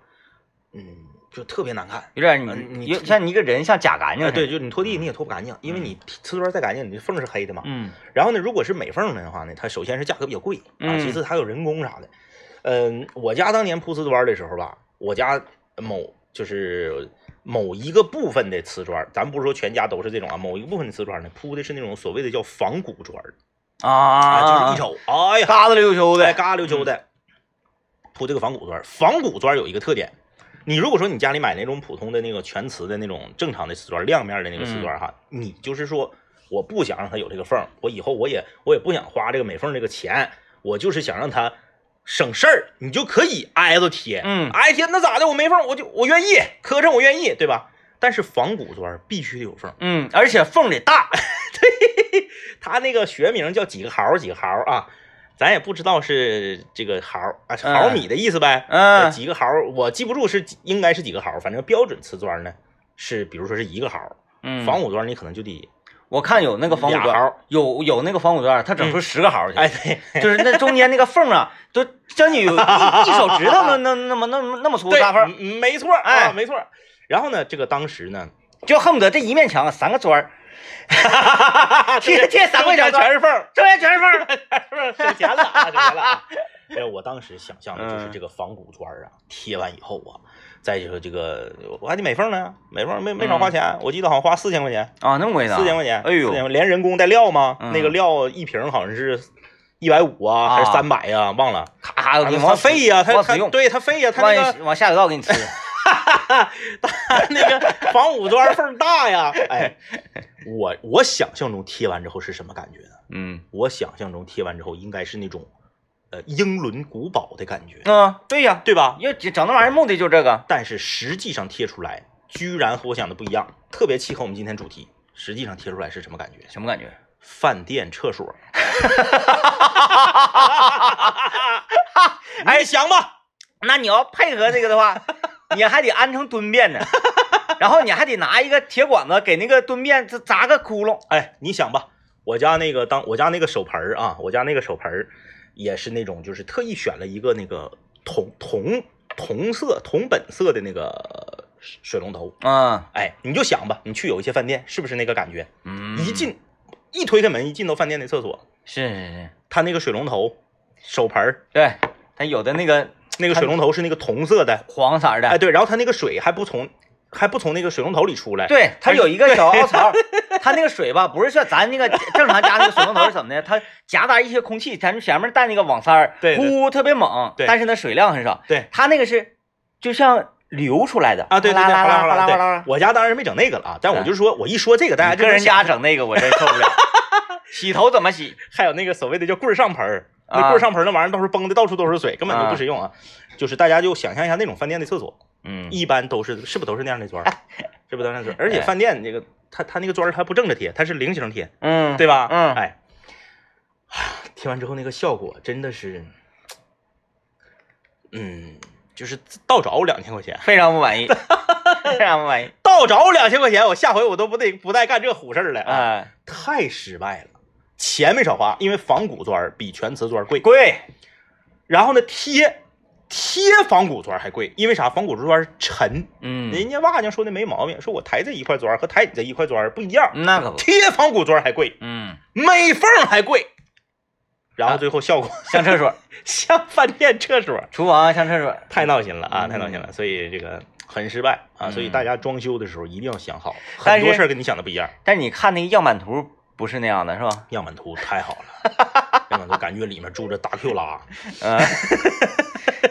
Speaker 2: 嗯，就特别难看。
Speaker 1: 有点你
Speaker 2: 呃
Speaker 1: 呃
Speaker 2: 你
Speaker 1: 有像你一个人像假干净
Speaker 2: 哎，
Speaker 1: 似的，
Speaker 2: 对，就你拖地你也拖不干净，因为你瓷砖再干净，你这缝是黑的嘛。
Speaker 1: 嗯
Speaker 2: 然后呢，如果是美缝的话呢，它首先是价格比较贵啊，
Speaker 1: 嗯
Speaker 2: 其次还有人工啥的。嗯，我家当年铺瓷砖的时候吧，我家某就是某一个部分的瓷砖，咱不是说全家都是这种啊，某一个部分的瓷砖呢，铺的是那种所谓的叫仿古砖儿
Speaker 1: 啊啊，
Speaker 2: 就是一瞅，哎呀，
Speaker 1: 嘎子溜秋
Speaker 2: 对，
Speaker 1: 的，
Speaker 2: 嘎溜秋的铺这个仿古砖儿。仿古砖儿有一个特点，你如果说你家里买那种普通的那个全瓷的那种正常的瓷砖儿，亮面儿的那个瓷砖儿哈，你就是说我不想让它有这个缝儿，我以后我也我也不想花这个美缝儿这个钱，我就是想让它省事儿，你就可以挨着贴，
Speaker 1: 嗯
Speaker 2: 挨贴那咋的？我没缝儿我就我愿意磕碜，我愿意，对吧？但是仿古砖儿必须得有缝儿，
Speaker 1: 嗯，而且缝得大，
Speaker 2: 它那个学名叫几个毫儿几个毫儿啊，咱也不知道是这个毫儿啊
Speaker 1: 嗯
Speaker 2: 毫米的意思呗。呃
Speaker 1: 嗯
Speaker 2: 几个毫儿，我记不住是几应该是几个毫儿，反正标准瓷砖呢是，比如说是一个毫儿，
Speaker 1: 嗯，
Speaker 2: 仿古砖你可能就得，
Speaker 1: 我看有那个仿古
Speaker 2: 俩
Speaker 1: 砖，有有那个仿古砖，它整出十个毫去，
Speaker 2: 哎 对
Speaker 1: 就是那中间那个缝啊，都将 近有一一手指头那那那么那么那么粗的
Speaker 2: 对
Speaker 1: 大缝儿，，
Speaker 2: 嗯没错儿，
Speaker 1: 哎
Speaker 2: 啊没错儿。然后呢，这个当 时呢，
Speaker 1: 就恨不得这一面墙啊三个砖儿，贴贴三块
Speaker 2: 中
Speaker 1: 钱砖
Speaker 2: 间全
Speaker 1: 儿，
Speaker 2: 是缝儿，
Speaker 1: 中间全是缝儿，
Speaker 2: 是不是 省钱了啊？省钱了啊！哎，我当时想象的就是
Speaker 1: 嗯
Speaker 2: 这个仿古砖啊，贴完以后啊，再就是这个我还得美缝呢，美缝没没少花钱，我记得好像花四千块钱，
Speaker 1: 嗯啊，那么贵呢？
Speaker 2: 四千块钱，
Speaker 1: 哎呦
Speaker 2: 四千连人工带料吗？
Speaker 1: 嗯
Speaker 2: 那个料一瓶好像是一百五啊，还是
Speaker 1: 啊
Speaker 2: 三百呀？忘了。
Speaker 1: 咔咔我给你
Speaker 2: 它
Speaker 1: 往死
Speaker 2: 费呀，它
Speaker 1: 往死
Speaker 2: 它
Speaker 1: 用，
Speaker 2: 对它费呀，它
Speaker 1: 万
Speaker 2: 那个
Speaker 1: 一往下水道给你吃，
Speaker 2: 它那个仿古砖缝儿大呀。 哎，我我想象中贴完之后是什么感觉呢？
Speaker 1: 嗯
Speaker 2: 我想象中贴完之后应该是那种呃英伦古堡的感觉。
Speaker 1: 嗯，对呀，
Speaker 2: 对吧？
Speaker 1: 要整那玩意儿目的就这个，
Speaker 2: 但是实际上贴出来，居然和我想的不一样，特别契合我们今天主题。实际上贴出来是什么感觉？
Speaker 1: 什么感觉？
Speaker 2: 饭店厕所。
Speaker 1: 哎，想吧，那你要配合这个的话，你还得安成蹲 便呢，然后你还得拿一个铁管子给那个蹲便这砸个窟窿。
Speaker 2: 哎，你想吧，我家那个当我家那个手盆儿啊，我家那个手盆儿也是那种，就是特意选了一个那个铜铜铜色铜本色的那个水龙头。
Speaker 1: 啊，
Speaker 2: 哎，你就想吧，你去有一些饭店，是不是那个感觉？
Speaker 1: 嗯
Speaker 2: 一进一推开门，一进到饭店的厕所，
Speaker 1: 是是是，
Speaker 2: 它那个水龙头手盆儿
Speaker 1: 对，它有的那个
Speaker 2: 那个水龙头是那个铜色的，
Speaker 1: 黄色儿的，
Speaker 2: 哎，对，然后它那个水还不从还不从那个水龙头里出来，，
Speaker 1: 对，它有一个小凹槽儿，它那个水吧，不是像咱那个正常家那个水龙头是怎么的，它夹杂一些空气，咱们前面带那个网塞儿，
Speaker 2: 对对
Speaker 1: 呼特别猛，
Speaker 2: 对
Speaker 1: 但是呢水量很少，
Speaker 2: 对
Speaker 1: 它那个是就像流出来的
Speaker 2: 啊，对对对，
Speaker 1: 哗啦啦啦
Speaker 2: 哗啦
Speaker 1: 哗
Speaker 2: 哗
Speaker 1: 啦
Speaker 2: 啦
Speaker 1: 啦，，嗯
Speaker 2: 我家当然没整那个了啊，但我就说我一说这个，大家
Speaker 1: 你
Speaker 2: 就
Speaker 1: 个人
Speaker 2: 能想
Speaker 1: 家整那个我真受不了，洗头怎么洗？
Speaker 2: 还有那个所谓的叫棍儿上盆儿，那
Speaker 1: 啊
Speaker 2: 棍儿上盆儿那玩意儿到时候崩的到处都是水，根本就不实用啊。就是大家就想象一下那种饭店的厕所，
Speaker 1: 嗯
Speaker 2: 一般都是是不都是那样的砖儿， 是不都是那样的砖儿？而且
Speaker 1: 哎
Speaker 2: 饭店这个它它那个砖儿它不正着贴，它是菱形贴，
Speaker 1: 嗯，
Speaker 2: 对吧？
Speaker 1: 嗯
Speaker 2: 哎，贴完之后那个效果真的是，嗯，就是倒找我两千块钱。
Speaker 1: 非常不满意，非常不满意
Speaker 2: 倒找我两千块钱，我下回我都不得不带干这虎事儿了啊！
Speaker 1: 啊，
Speaker 2: 太失败了，钱没少花，因为仿古砖儿比全瓷砖儿贵。
Speaker 1: 贵，
Speaker 2: 然后呢，贴贴仿古砖儿还贵，因为啥？仿古砖儿沉，
Speaker 1: 嗯，
Speaker 2: 人家瓦匠说的没毛病，说我抬这一块砖儿和抬你这一块砖儿不一样，
Speaker 1: 那可不，
Speaker 2: 贴仿古砖儿还贵，
Speaker 1: 嗯，
Speaker 2: 美缝儿还贵。然
Speaker 1: 啊
Speaker 2: 后最后效果
Speaker 1: 上厕所、
Speaker 2: 像饭店厕所，
Speaker 1: 厨房、上厕所，
Speaker 2: 太闹心了啊，
Speaker 1: 嗯
Speaker 2: 太闹心了，所以这个很失败啊，所以
Speaker 1: 嗯
Speaker 2: 大家装修的时候一定要 想好，
Speaker 1: 但
Speaker 2: 很
Speaker 1: 是
Speaker 2: 多事儿跟你想的不一样。
Speaker 1: 但你看那个样板图不是那样的，是吧？
Speaker 2: 样板图太好了， 样板图感觉里面住着大 Q 拉，
Speaker 1: 嗯，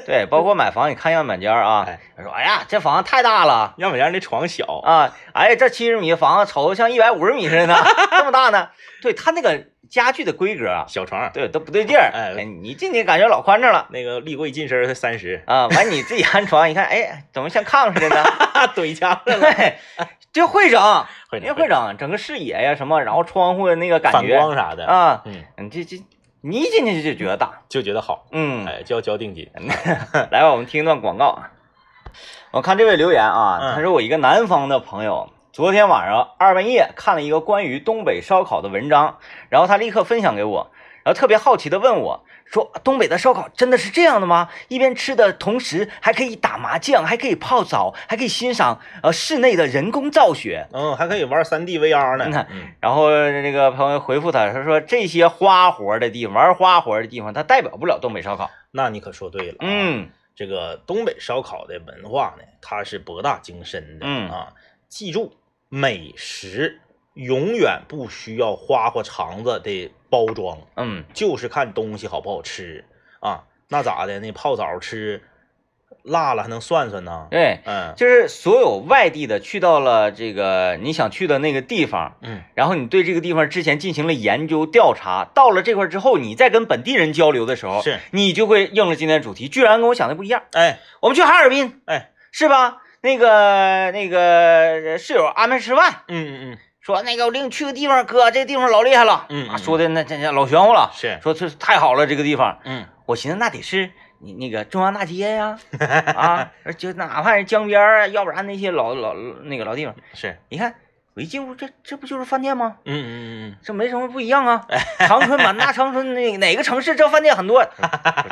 Speaker 1: 对，包括买房，你看样板间儿啊
Speaker 2: 哎，
Speaker 1: 他说哎呀，这房子太大了
Speaker 2: 样板间那床小，
Speaker 1: 啊，哎，这七十米的房子瞅着像一百五十米似的，这么大呢？对他那个家具的规格啊，
Speaker 2: 小床，
Speaker 1: 对都不对劲儿，
Speaker 2: 哎
Speaker 1: 哎，你进去感觉老宽敞了。
Speaker 2: 那个立柜进身才 三十，
Speaker 1: 啊，完你自己安床，一看，哎，怎么像炕似的呢？
Speaker 2: 怼家了，
Speaker 1: 对， 就会整，
Speaker 2: 会
Speaker 1: 人家会整，整个视野呀什么，然后窗户的那个感
Speaker 2: 反
Speaker 1: 觉
Speaker 2: 光啥的，
Speaker 1: 啊，
Speaker 2: 嗯，
Speaker 1: 你这这，你一进去就觉得大，
Speaker 2: 就觉得好，
Speaker 1: 嗯，
Speaker 2: 哎，就要交定金，
Speaker 1: 来吧，我们听一段广告啊。我看这位留言啊，
Speaker 2: 嗯
Speaker 1: 他说我一个南方的朋友，昨天晚上二半夜看了一个关于东北烧烤的文章，然后他立刻分享给我，然后特别好奇的问我说：“东北的烧烤真的是这样的吗？一边吃的同时还可以打麻将，还可以泡澡，还可以欣赏呃室内的人工造雪。”
Speaker 2: 嗯，还可以玩三 D VR
Speaker 1: 你
Speaker 2: 呢
Speaker 1: 看，
Speaker 2: 嗯，
Speaker 1: 然后那个朋友回复他，他说这些花活的地方，玩花活的地方，它代表不了东北烧烤。
Speaker 2: 那你可说对了，。
Speaker 1: 嗯
Speaker 2: 这个东北烧烤的文化呢，它是博大精深的、
Speaker 1: 嗯
Speaker 2: 啊。记住，美食永远不需要花花肠子的包装，
Speaker 1: 嗯，
Speaker 2: 就是看东西好不好吃啊。那咋的？那泡澡吃辣了还能涮涮呢？
Speaker 1: 对。
Speaker 2: 嗯
Speaker 1: 就是所有外地的去到了这个你想去的那个地方，
Speaker 2: 嗯，
Speaker 1: 然后你对这个地方之前进行了研究调查，到了这块之后，你再跟本地人交流的时候，
Speaker 2: 是，
Speaker 1: 你就会应了今天的主题，居然跟我想的不一样。
Speaker 2: 哎
Speaker 1: 我们去哈尔滨，
Speaker 2: 哎，
Speaker 1: 是吧？那个那个室友安排吃饭，
Speaker 2: 嗯嗯嗯，
Speaker 1: 说那个我领你去个地方，哥，这个地方老厉害了，
Speaker 2: 嗯嗯
Speaker 1: 啊说的那真老玄乎了，
Speaker 2: 是，
Speaker 1: 说这太好了，这个地方，
Speaker 2: 嗯
Speaker 1: 我寻思那得是你那个中央大街呀、啊，而就哪怕是江边儿啊，要不然那些老老那个老地方，
Speaker 2: 是，
Speaker 1: 你看我一进屋，这这不就是饭店吗？
Speaker 2: 嗯嗯嗯
Speaker 1: 这没什么不一样 啊。长春满大长春那哪个城市这饭店很多，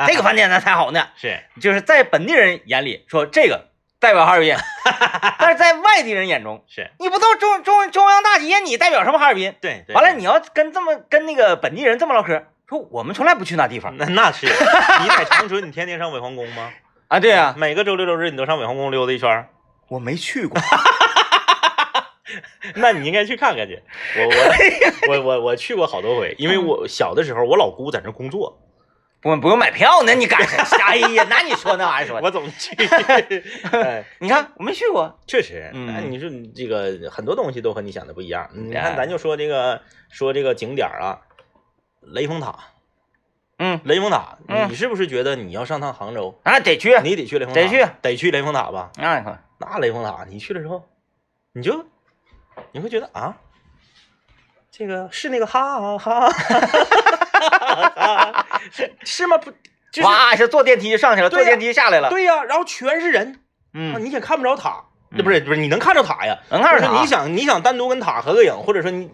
Speaker 1: 这个饭店那才好呢
Speaker 2: 嗯，。是，
Speaker 1: 就是在本地人眼里说这个代表哈 尔滨，但是在外地人眼中，
Speaker 2: 是
Speaker 1: 你不到中中中央大街，你代表什么哈尔滨？
Speaker 2: 对对。
Speaker 1: 完了，
Speaker 2: 对
Speaker 1: 你要跟这么跟那个本地人这么唠嗑，说我们从来不去那地方
Speaker 2: 那那是你在长春，你天天上伪皇宫吗？
Speaker 1: 啊。对呀、
Speaker 2: 每个周六周日你都上伪皇宫溜达一圈儿。
Speaker 1: 我没去过。
Speaker 2: 那你应该去看看去。我我我我我去过好多回，因为我小的时候我老姑在那儿工作，
Speaker 1: 不不用买票呢，你干啥？哎呀，那你说那玩意儿说的，
Speaker 2: 我总去。 哎
Speaker 1: 你看我没去过，
Speaker 2: 确实，
Speaker 1: 嗯
Speaker 2: 哎，你说你这个很多东西都和你想的不一样。你
Speaker 1: 哎
Speaker 2: 看，咱就说这个说这个景点儿啊，雷峰塔，
Speaker 1: 嗯
Speaker 2: 雷峰塔，
Speaker 1: 嗯
Speaker 2: 你是不是觉得你要上趟杭州，
Speaker 1: 啊得去，哎
Speaker 2: 你得去雷峰塔，
Speaker 1: 得去
Speaker 2: 得去雷峰塔吧？
Speaker 1: 那你看，
Speaker 2: 那雷峰啊塔你去了之后，你就你会觉得啊，这个是那个哈哈啊哈啊哈， 是是吗？不，就是
Speaker 1: 哇一下坐电梯就上去了，
Speaker 2: 对
Speaker 1: 坐
Speaker 2: 呀
Speaker 1: 电梯下来了，
Speaker 2: 对呀、然后全是人，啊
Speaker 1: 嗯，
Speaker 2: 你也看不着塔，
Speaker 1: 嗯
Speaker 2: 不是不是，你能看着塔呀？
Speaker 1: 能看着
Speaker 2: 就是
Speaker 1: 塔
Speaker 2: 你想你想单独跟塔合个影，或者说你，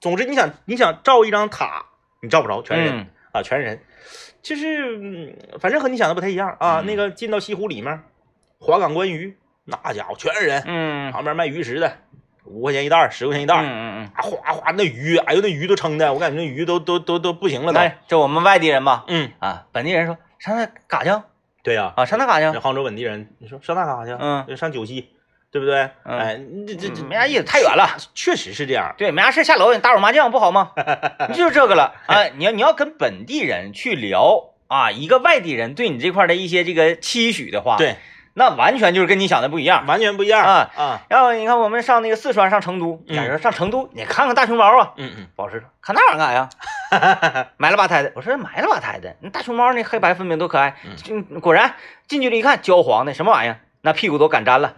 Speaker 2: 总之你想你想照一张塔，你照不着，全是人、
Speaker 1: 嗯
Speaker 2: 啊，全是人，就是嗯反正和你想的不太一样啊。
Speaker 1: 嗯
Speaker 2: 那个进到西湖里面，华港观鱼，那家伙全是人，
Speaker 1: 嗯
Speaker 2: 旁边卖鱼食的，五块钱一袋儿，十块钱一袋儿，
Speaker 1: 嗯嗯
Speaker 2: 啊哗哗那鱼，哎呦那鱼都撑的，我感觉那鱼都都都都不行了
Speaker 1: 嗯，
Speaker 2: 都。
Speaker 1: 哎，这我们外地人吧，
Speaker 2: 嗯，
Speaker 1: 啊，本地人说上那嘎去啊，
Speaker 2: 对呀、
Speaker 1: 上那嘎去
Speaker 2: 那，杭州本地人，你说上那干啥去？
Speaker 1: 嗯，
Speaker 2: 上九溪，对不对？
Speaker 1: 嗯
Speaker 2: 哎，这这这
Speaker 1: 没啥意思，太远了。
Speaker 2: 确实是这样。
Speaker 1: 对，没啥事下楼，你打会儿麻将不好 吗？你就是这个了啊！你要你要跟本地人去聊啊，一个外地人对你这块的一些这个期许的话，，
Speaker 2: 对，
Speaker 1: 那完全就是跟你想的不一样。
Speaker 2: 完全不一样
Speaker 1: 啊
Speaker 2: 啊！
Speaker 1: 然后你看我们上那个四川，上成都，
Speaker 2: 嗯
Speaker 1: 假如上成都，你看看大熊猫啊。
Speaker 2: 嗯嗯，
Speaker 1: 保时说看那玩意儿干啥呀？ 埋了吧胎的。我说埋了吧胎的，那大熊猫那黑白分明多可爱。嗯，果然近距离一看，焦黄的什么玩意儿？那屁股都擀粘 了，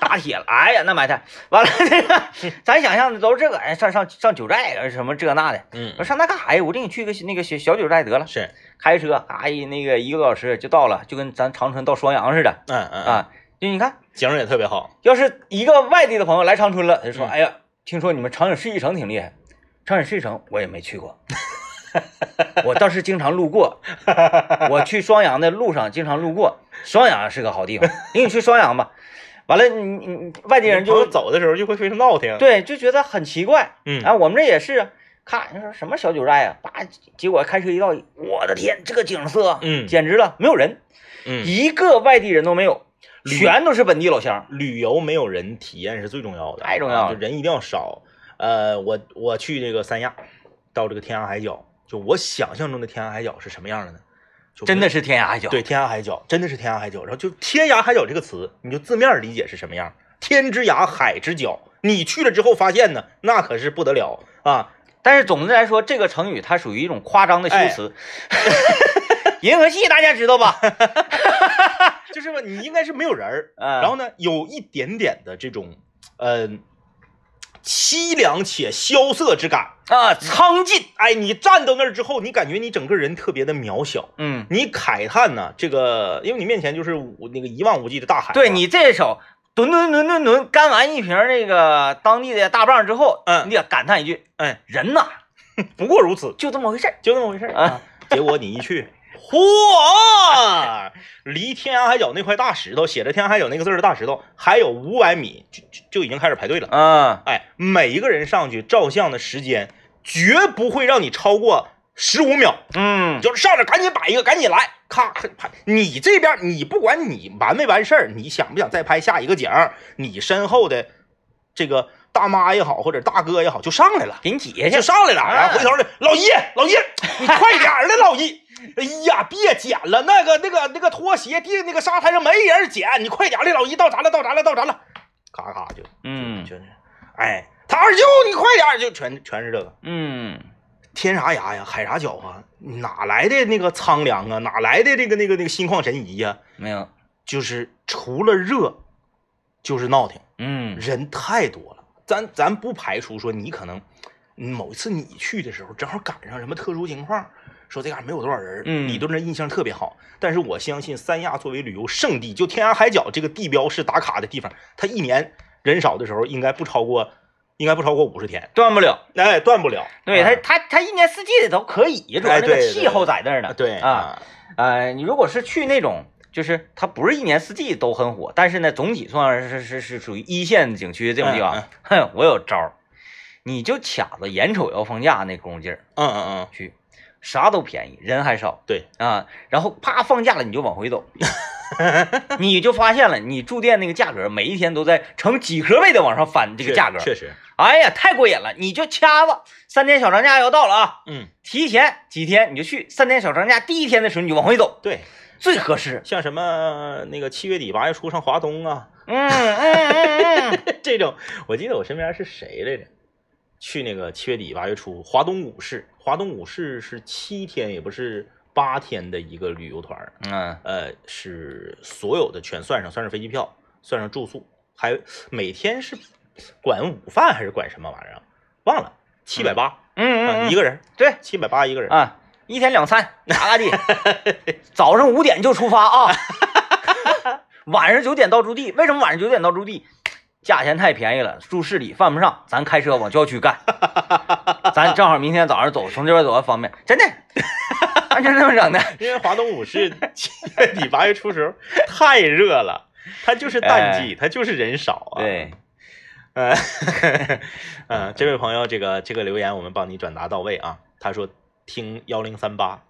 Speaker 1: 打铁了。哎呀，那埋汰完了， 这个咱想象的都是这个，哎，上上上九寨啊什么这那的。
Speaker 2: 嗯
Speaker 1: 我说上那干啥呀？我领你去个那个小小九寨得了。
Speaker 2: 是，
Speaker 1: 开车，哎，那个一个多小时就到了，就跟咱长春到双阳似的
Speaker 2: 嗯嗯，
Speaker 1: 啊。就你看，
Speaker 2: 景儿也特别好。
Speaker 1: 要是一个外地的朋友来长春了，他就说：“
Speaker 2: 嗯
Speaker 1: 哎呀，听说你们长影世纪城挺厉害，长影世纪城我也没去过， 我倒是经常路 过。我去双阳的路上经常路过，双阳是个好 地方，领你去双阳吧。完了，你你外地人
Speaker 2: 朋友
Speaker 1: 就
Speaker 2: 走的时候就会非常闹腾。，
Speaker 1: 对就觉得很奇怪，
Speaker 2: 嗯
Speaker 1: 啊，我们这也是啊，看你说什么小九寨啊，叭，结果开车一到，我的天，这个景色，
Speaker 2: 嗯
Speaker 1: 简直了，没有人，
Speaker 2: 嗯，
Speaker 1: 一个外地人都没有，
Speaker 2: 旅
Speaker 1: 全都是本地老乡。
Speaker 2: 旅游没有人体验是最重要的，啊
Speaker 1: 太重要了
Speaker 2: 就人一定要少。呃，我我去这个三亚，到这个天涯海角，就我想象中的天涯海角是什么样的呢？就
Speaker 1: 真的是天涯海角。
Speaker 2: 对，天涯海角真的是天涯海角。然后就“天涯海角”这个词，你就字面理解是什么样，天之涯，海之角。你去了之后发现呢，那可是不得了 啊！
Speaker 1: 但是总的来说，这个成语它属于一种夸张的修
Speaker 2: 哎
Speaker 1: 辞。 银河系大家知道吧？
Speaker 2: 就是吧，你应该是没有人儿，
Speaker 1: 嗯，
Speaker 2: 然后呢，有一点点的这种，呃，凄凉且萧瑟之感。
Speaker 1: 啊，苍劲，
Speaker 2: 哎，你站到那儿之后，你感觉你整个人特别的渺小。
Speaker 1: 嗯，
Speaker 2: 你慨叹呢，这个，因为你面前就是无那个一望无际的大海嘛。
Speaker 1: 对你这首吨吨吨吨吨干完一瓶那个当地的大棒之后，
Speaker 2: 嗯
Speaker 1: 你得感叹一句，
Speaker 2: 嗯，
Speaker 1: 人呐
Speaker 2: 不过如此，
Speaker 1: 就这么回事儿
Speaker 2: 就那么回事儿
Speaker 1: 啊。
Speaker 2: 结果你一去，嚯，离天涯海角那块大石头写着“天涯海角”那个字儿的大石头还有五百米，就就就已经开始排队了。
Speaker 1: 嗯，
Speaker 2: 哎，每一个人上去照相的时间绝不会让你超过十五秒，
Speaker 1: 嗯，
Speaker 2: 就是上来赶紧摆一个，赶紧来，咔拍。你这边你不管你完没完事儿，你想不想再拍下一个景儿，你身后的这个大妈也好，或者大哥也好，就上来了。
Speaker 1: 给你解下
Speaker 2: 就
Speaker 1: 去。
Speaker 2: 上来了，
Speaker 1: 啊
Speaker 2: 然后回头来，老叶，老叶，你快点儿的，老叶。哎呀，别捡了，那个、那个、那个拖鞋地那个沙滩上没人捡，你快点儿的，老一到咱了，到咱了，到咱了，咔咔就，
Speaker 1: 嗯
Speaker 2: 就是，哎，他二舅，你快点儿，就全全是这个
Speaker 1: 嗯，
Speaker 2: 天啥涯呀，海啥角啊，哪来的那个苍凉啊，哪来的这个那个那个心旷神怡呀、
Speaker 1: 没有，
Speaker 2: 就是除了热，就是闹挺。
Speaker 1: 嗯
Speaker 2: 人太多了，咱咱不排除说你可能嗯某一次你去的时候，正好赶上什么特殊情况，说这嘎、没有多少人，
Speaker 1: 嗯
Speaker 2: 你对那印象特别好。但是我相信三亚作为旅游胜地，就天涯海角这个地标是打卡的地方，它一年人少的时候应该不超过，应该不超过五十天，
Speaker 1: 断不了。
Speaker 2: 哎，断不了。
Speaker 1: 对他，
Speaker 2: 哎
Speaker 1: 他他一年四季的都可以，主要
Speaker 2: 哎
Speaker 1: 那个
Speaker 2: 对
Speaker 1: 气候在那儿呢。
Speaker 2: 对
Speaker 1: 啊，，呃，你如果是去那种，就是它不是一年四季都很火，但是呢，总体算是是是属于一线景区这种地
Speaker 2: 嗯
Speaker 1: 方， 哼，我有招儿，你就卡着眼瞅要放假那功夫劲儿
Speaker 2: 嗯嗯嗯，
Speaker 1: 去，啥都便宜，人还少
Speaker 2: 对，
Speaker 1: 啊，然后啪放假了你就往 回走。你就发现了，你住店那个价格每一天都在成几何倍的往上翻，这个
Speaker 2: 确
Speaker 1: 价格，
Speaker 2: 确实，
Speaker 1: 哎呀，太过瘾了！你就掐吧，三天小长假要到了啊，
Speaker 2: 嗯，
Speaker 1: 提前几天你就去，三天小长假第一天的时候你就往回走，
Speaker 2: 对，
Speaker 1: 最合适。
Speaker 2: 像什么那个七月底八月初上华东啊，
Speaker 1: 嗯嗯嗯嗯，
Speaker 2: 这种，我记得我身边是谁来着？去那个七月底八月初，华东五市，华东五市是七天，也不是八天的一个旅游团儿，
Speaker 1: 嗯，
Speaker 2: 呃，是所有的全算上，算上飞机票，算上住宿，还每天是管午饭还是管什么玩意儿啊，忘了，七百八，啊
Speaker 1: 嗯嗯
Speaker 2: 一
Speaker 1: 个
Speaker 2: 个人
Speaker 1: 对
Speaker 2: 七百八一个人，
Speaker 1: 啊，一天两 餐咋地？早上五点就出发 啊，晚上九点到驻地。为什么晚上九点到驻地？价钱太便宜了，住市里犯不上，咱开车往郊区 干。咱正好明天早上走，从这边走还方便，真 的，咱就这么整的。
Speaker 2: 因为华东五 市七月底八月初时候太热了，它就是淡季，它就是人少啊，。
Speaker 1: 哎对，嗯
Speaker 2: 呃，呃，这位朋友，这个这个留言我们帮你转达到位啊。他说听幺零三八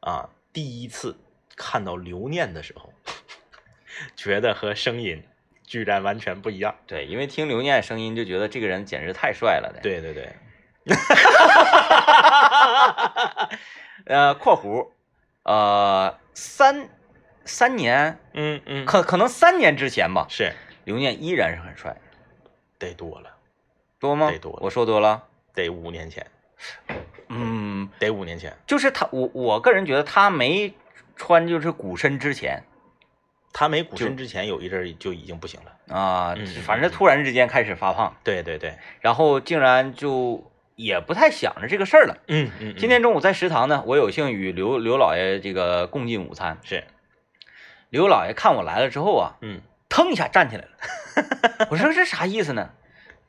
Speaker 2: 啊，第一次看到留念的时候， 觉得和声音居然完全不一样。
Speaker 1: 对，因为听刘念声音就觉得这个人简直太帅了的。，
Speaker 2: 对对对，
Speaker 1: 呃，括弧，呃，三三年，
Speaker 2: 嗯嗯，
Speaker 1: 可可能三年之前吧，
Speaker 2: 是
Speaker 1: 刘念依然是很帅，
Speaker 2: 得多了，
Speaker 1: 多吗
Speaker 2: 对？多了
Speaker 1: 我说多了。
Speaker 2: 得五年前，
Speaker 1: 嗯，
Speaker 2: 得五年前，
Speaker 1: 就是他，我我个人觉得他没穿就是鼓身之前
Speaker 2: 他没股
Speaker 1: 就
Speaker 2: 神之前有一阵儿就已经不行了。
Speaker 1: 啊、
Speaker 2: 嗯
Speaker 1: 反正突然之间开始发胖，
Speaker 2: 对对对，
Speaker 1: 然后竟然就也不太想着这个事儿了。
Speaker 2: 嗯嗯，
Speaker 1: 今天中午在食堂呢，我有幸与刘刘老爷这个共进午餐。
Speaker 2: 是
Speaker 1: 刘老爷看我来了之后啊，
Speaker 2: 嗯
Speaker 1: 腾一下站起来了。 我说这啥意思呢？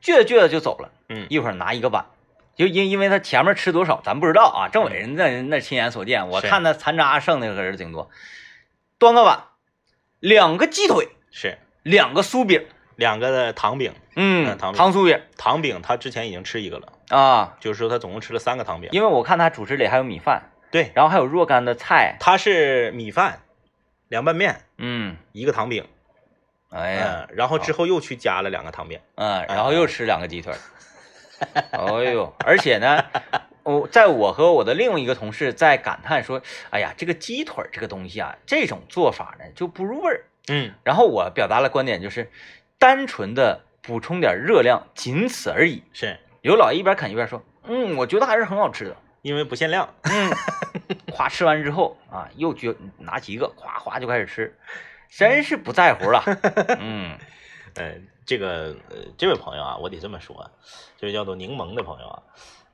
Speaker 1: 倔着倔着就走了，
Speaker 2: 嗯
Speaker 1: 一会儿拿一个碗，就因因为他前面吃多少咱不知道啊，政委人那那亲眼所见，我
Speaker 2: 是
Speaker 1: 看他残渣剩的可是挺多，端个碗，两个鸡腿，
Speaker 2: 是
Speaker 1: 两个酥饼，
Speaker 2: 两个的糖饼，
Speaker 1: 嗯，
Speaker 2: 嗯糖饼
Speaker 1: 糖酥饼，
Speaker 2: 糖饼他之前已经吃一个了。
Speaker 1: 啊，
Speaker 2: 就是说他总共吃了三个汤饼。
Speaker 1: 因为我看他主食里还有米饭，
Speaker 2: 对，
Speaker 1: 然后还有若干的菜，
Speaker 2: 他是米饭、凉拌面、
Speaker 1: 嗯，
Speaker 2: 一个糖饼，
Speaker 1: 哎呀，
Speaker 2: 嗯，然后之后又去加了两个糖饼。
Speaker 1: 嗯，然后又吃两个 鸡腿儿，哎呦，而且呢，我在我和我的另一个同事在感叹说，哎呀，这个鸡腿儿这个东西啊，这种做法呢就不入味儿。
Speaker 2: 嗯，
Speaker 1: 然后我表达了观点就是，单纯的补充点热量，仅此而已。
Speaker 2: 是
Speaker 1: 有老爷一边啃一边说，嗯，我觉得还是很好吃的。
Speaker 2: 因为不限量。
Speaker 1: 嗯，夸吃完之后啊，又觉拿起一个，夸夸就开始吃，真是不在乎了。 嗯
Speaker 2: 呃，这个呃，这位朋友啊，我得这么说，这位叫做柠檬的朋友啊，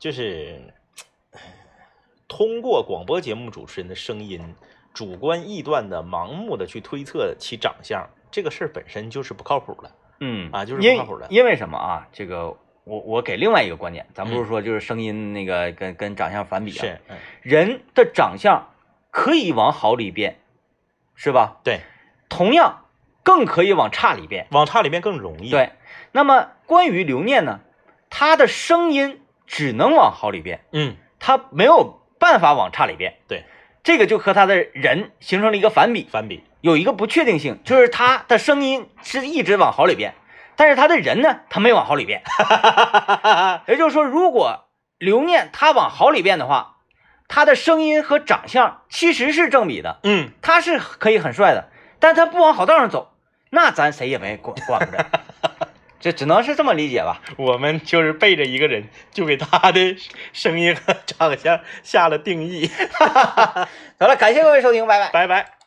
Speaker 2: 就是唉通过广播节目主持人的声音，主观臆断的、盲目的去推测其长相，这个事儿本身就是不靠谱的。
Speaker 1: 嗯
Speaker 2: 啊就是
Speaker 1: 因
Speaker 2: 不靠谱的
Speaker 1: 因为什么啊？这个我我给另外一个观点，咱不是说就是声音那个跟跟长相反比啊，
Speaker 2: 嗯是，嗯，
Speaker 1: 人的长相可以往好里变，是吧？
Speaker 2: 对，
Speaker 1: 同样更可以往差里变。
Speaker 2: 往差里面更容易。，
Speaker 1: 对，那么关于刘念呢，他的声音只能往好里变，
Speaker 2: 嗯，
Speaker 1: 他没有办法往差里变。
Speaker 2: 对，
Speaker 1: 这个就和他的人形成了一个反比，
Speaker 2: 反比，
Speaker 1: 有一个不确定性，就是他的声音是一直往好里变，但是他的人呢，他没往好里变。也就是说，如果刘念他往好里变的话，他的声音和长相其实是正比的，
Speaker 2: 嗯，
Speaker 1: 他是可以很帅的，但他不往好道上走，那咱谁也没管管不着。这只能是这么理解吧？
Speaker 2: 我们就是背着一个人，就给他的声音和长相下了定义。
Speaker 1: 得了，感谢各位收听，拜拜。
Speaker 2: 拜拜。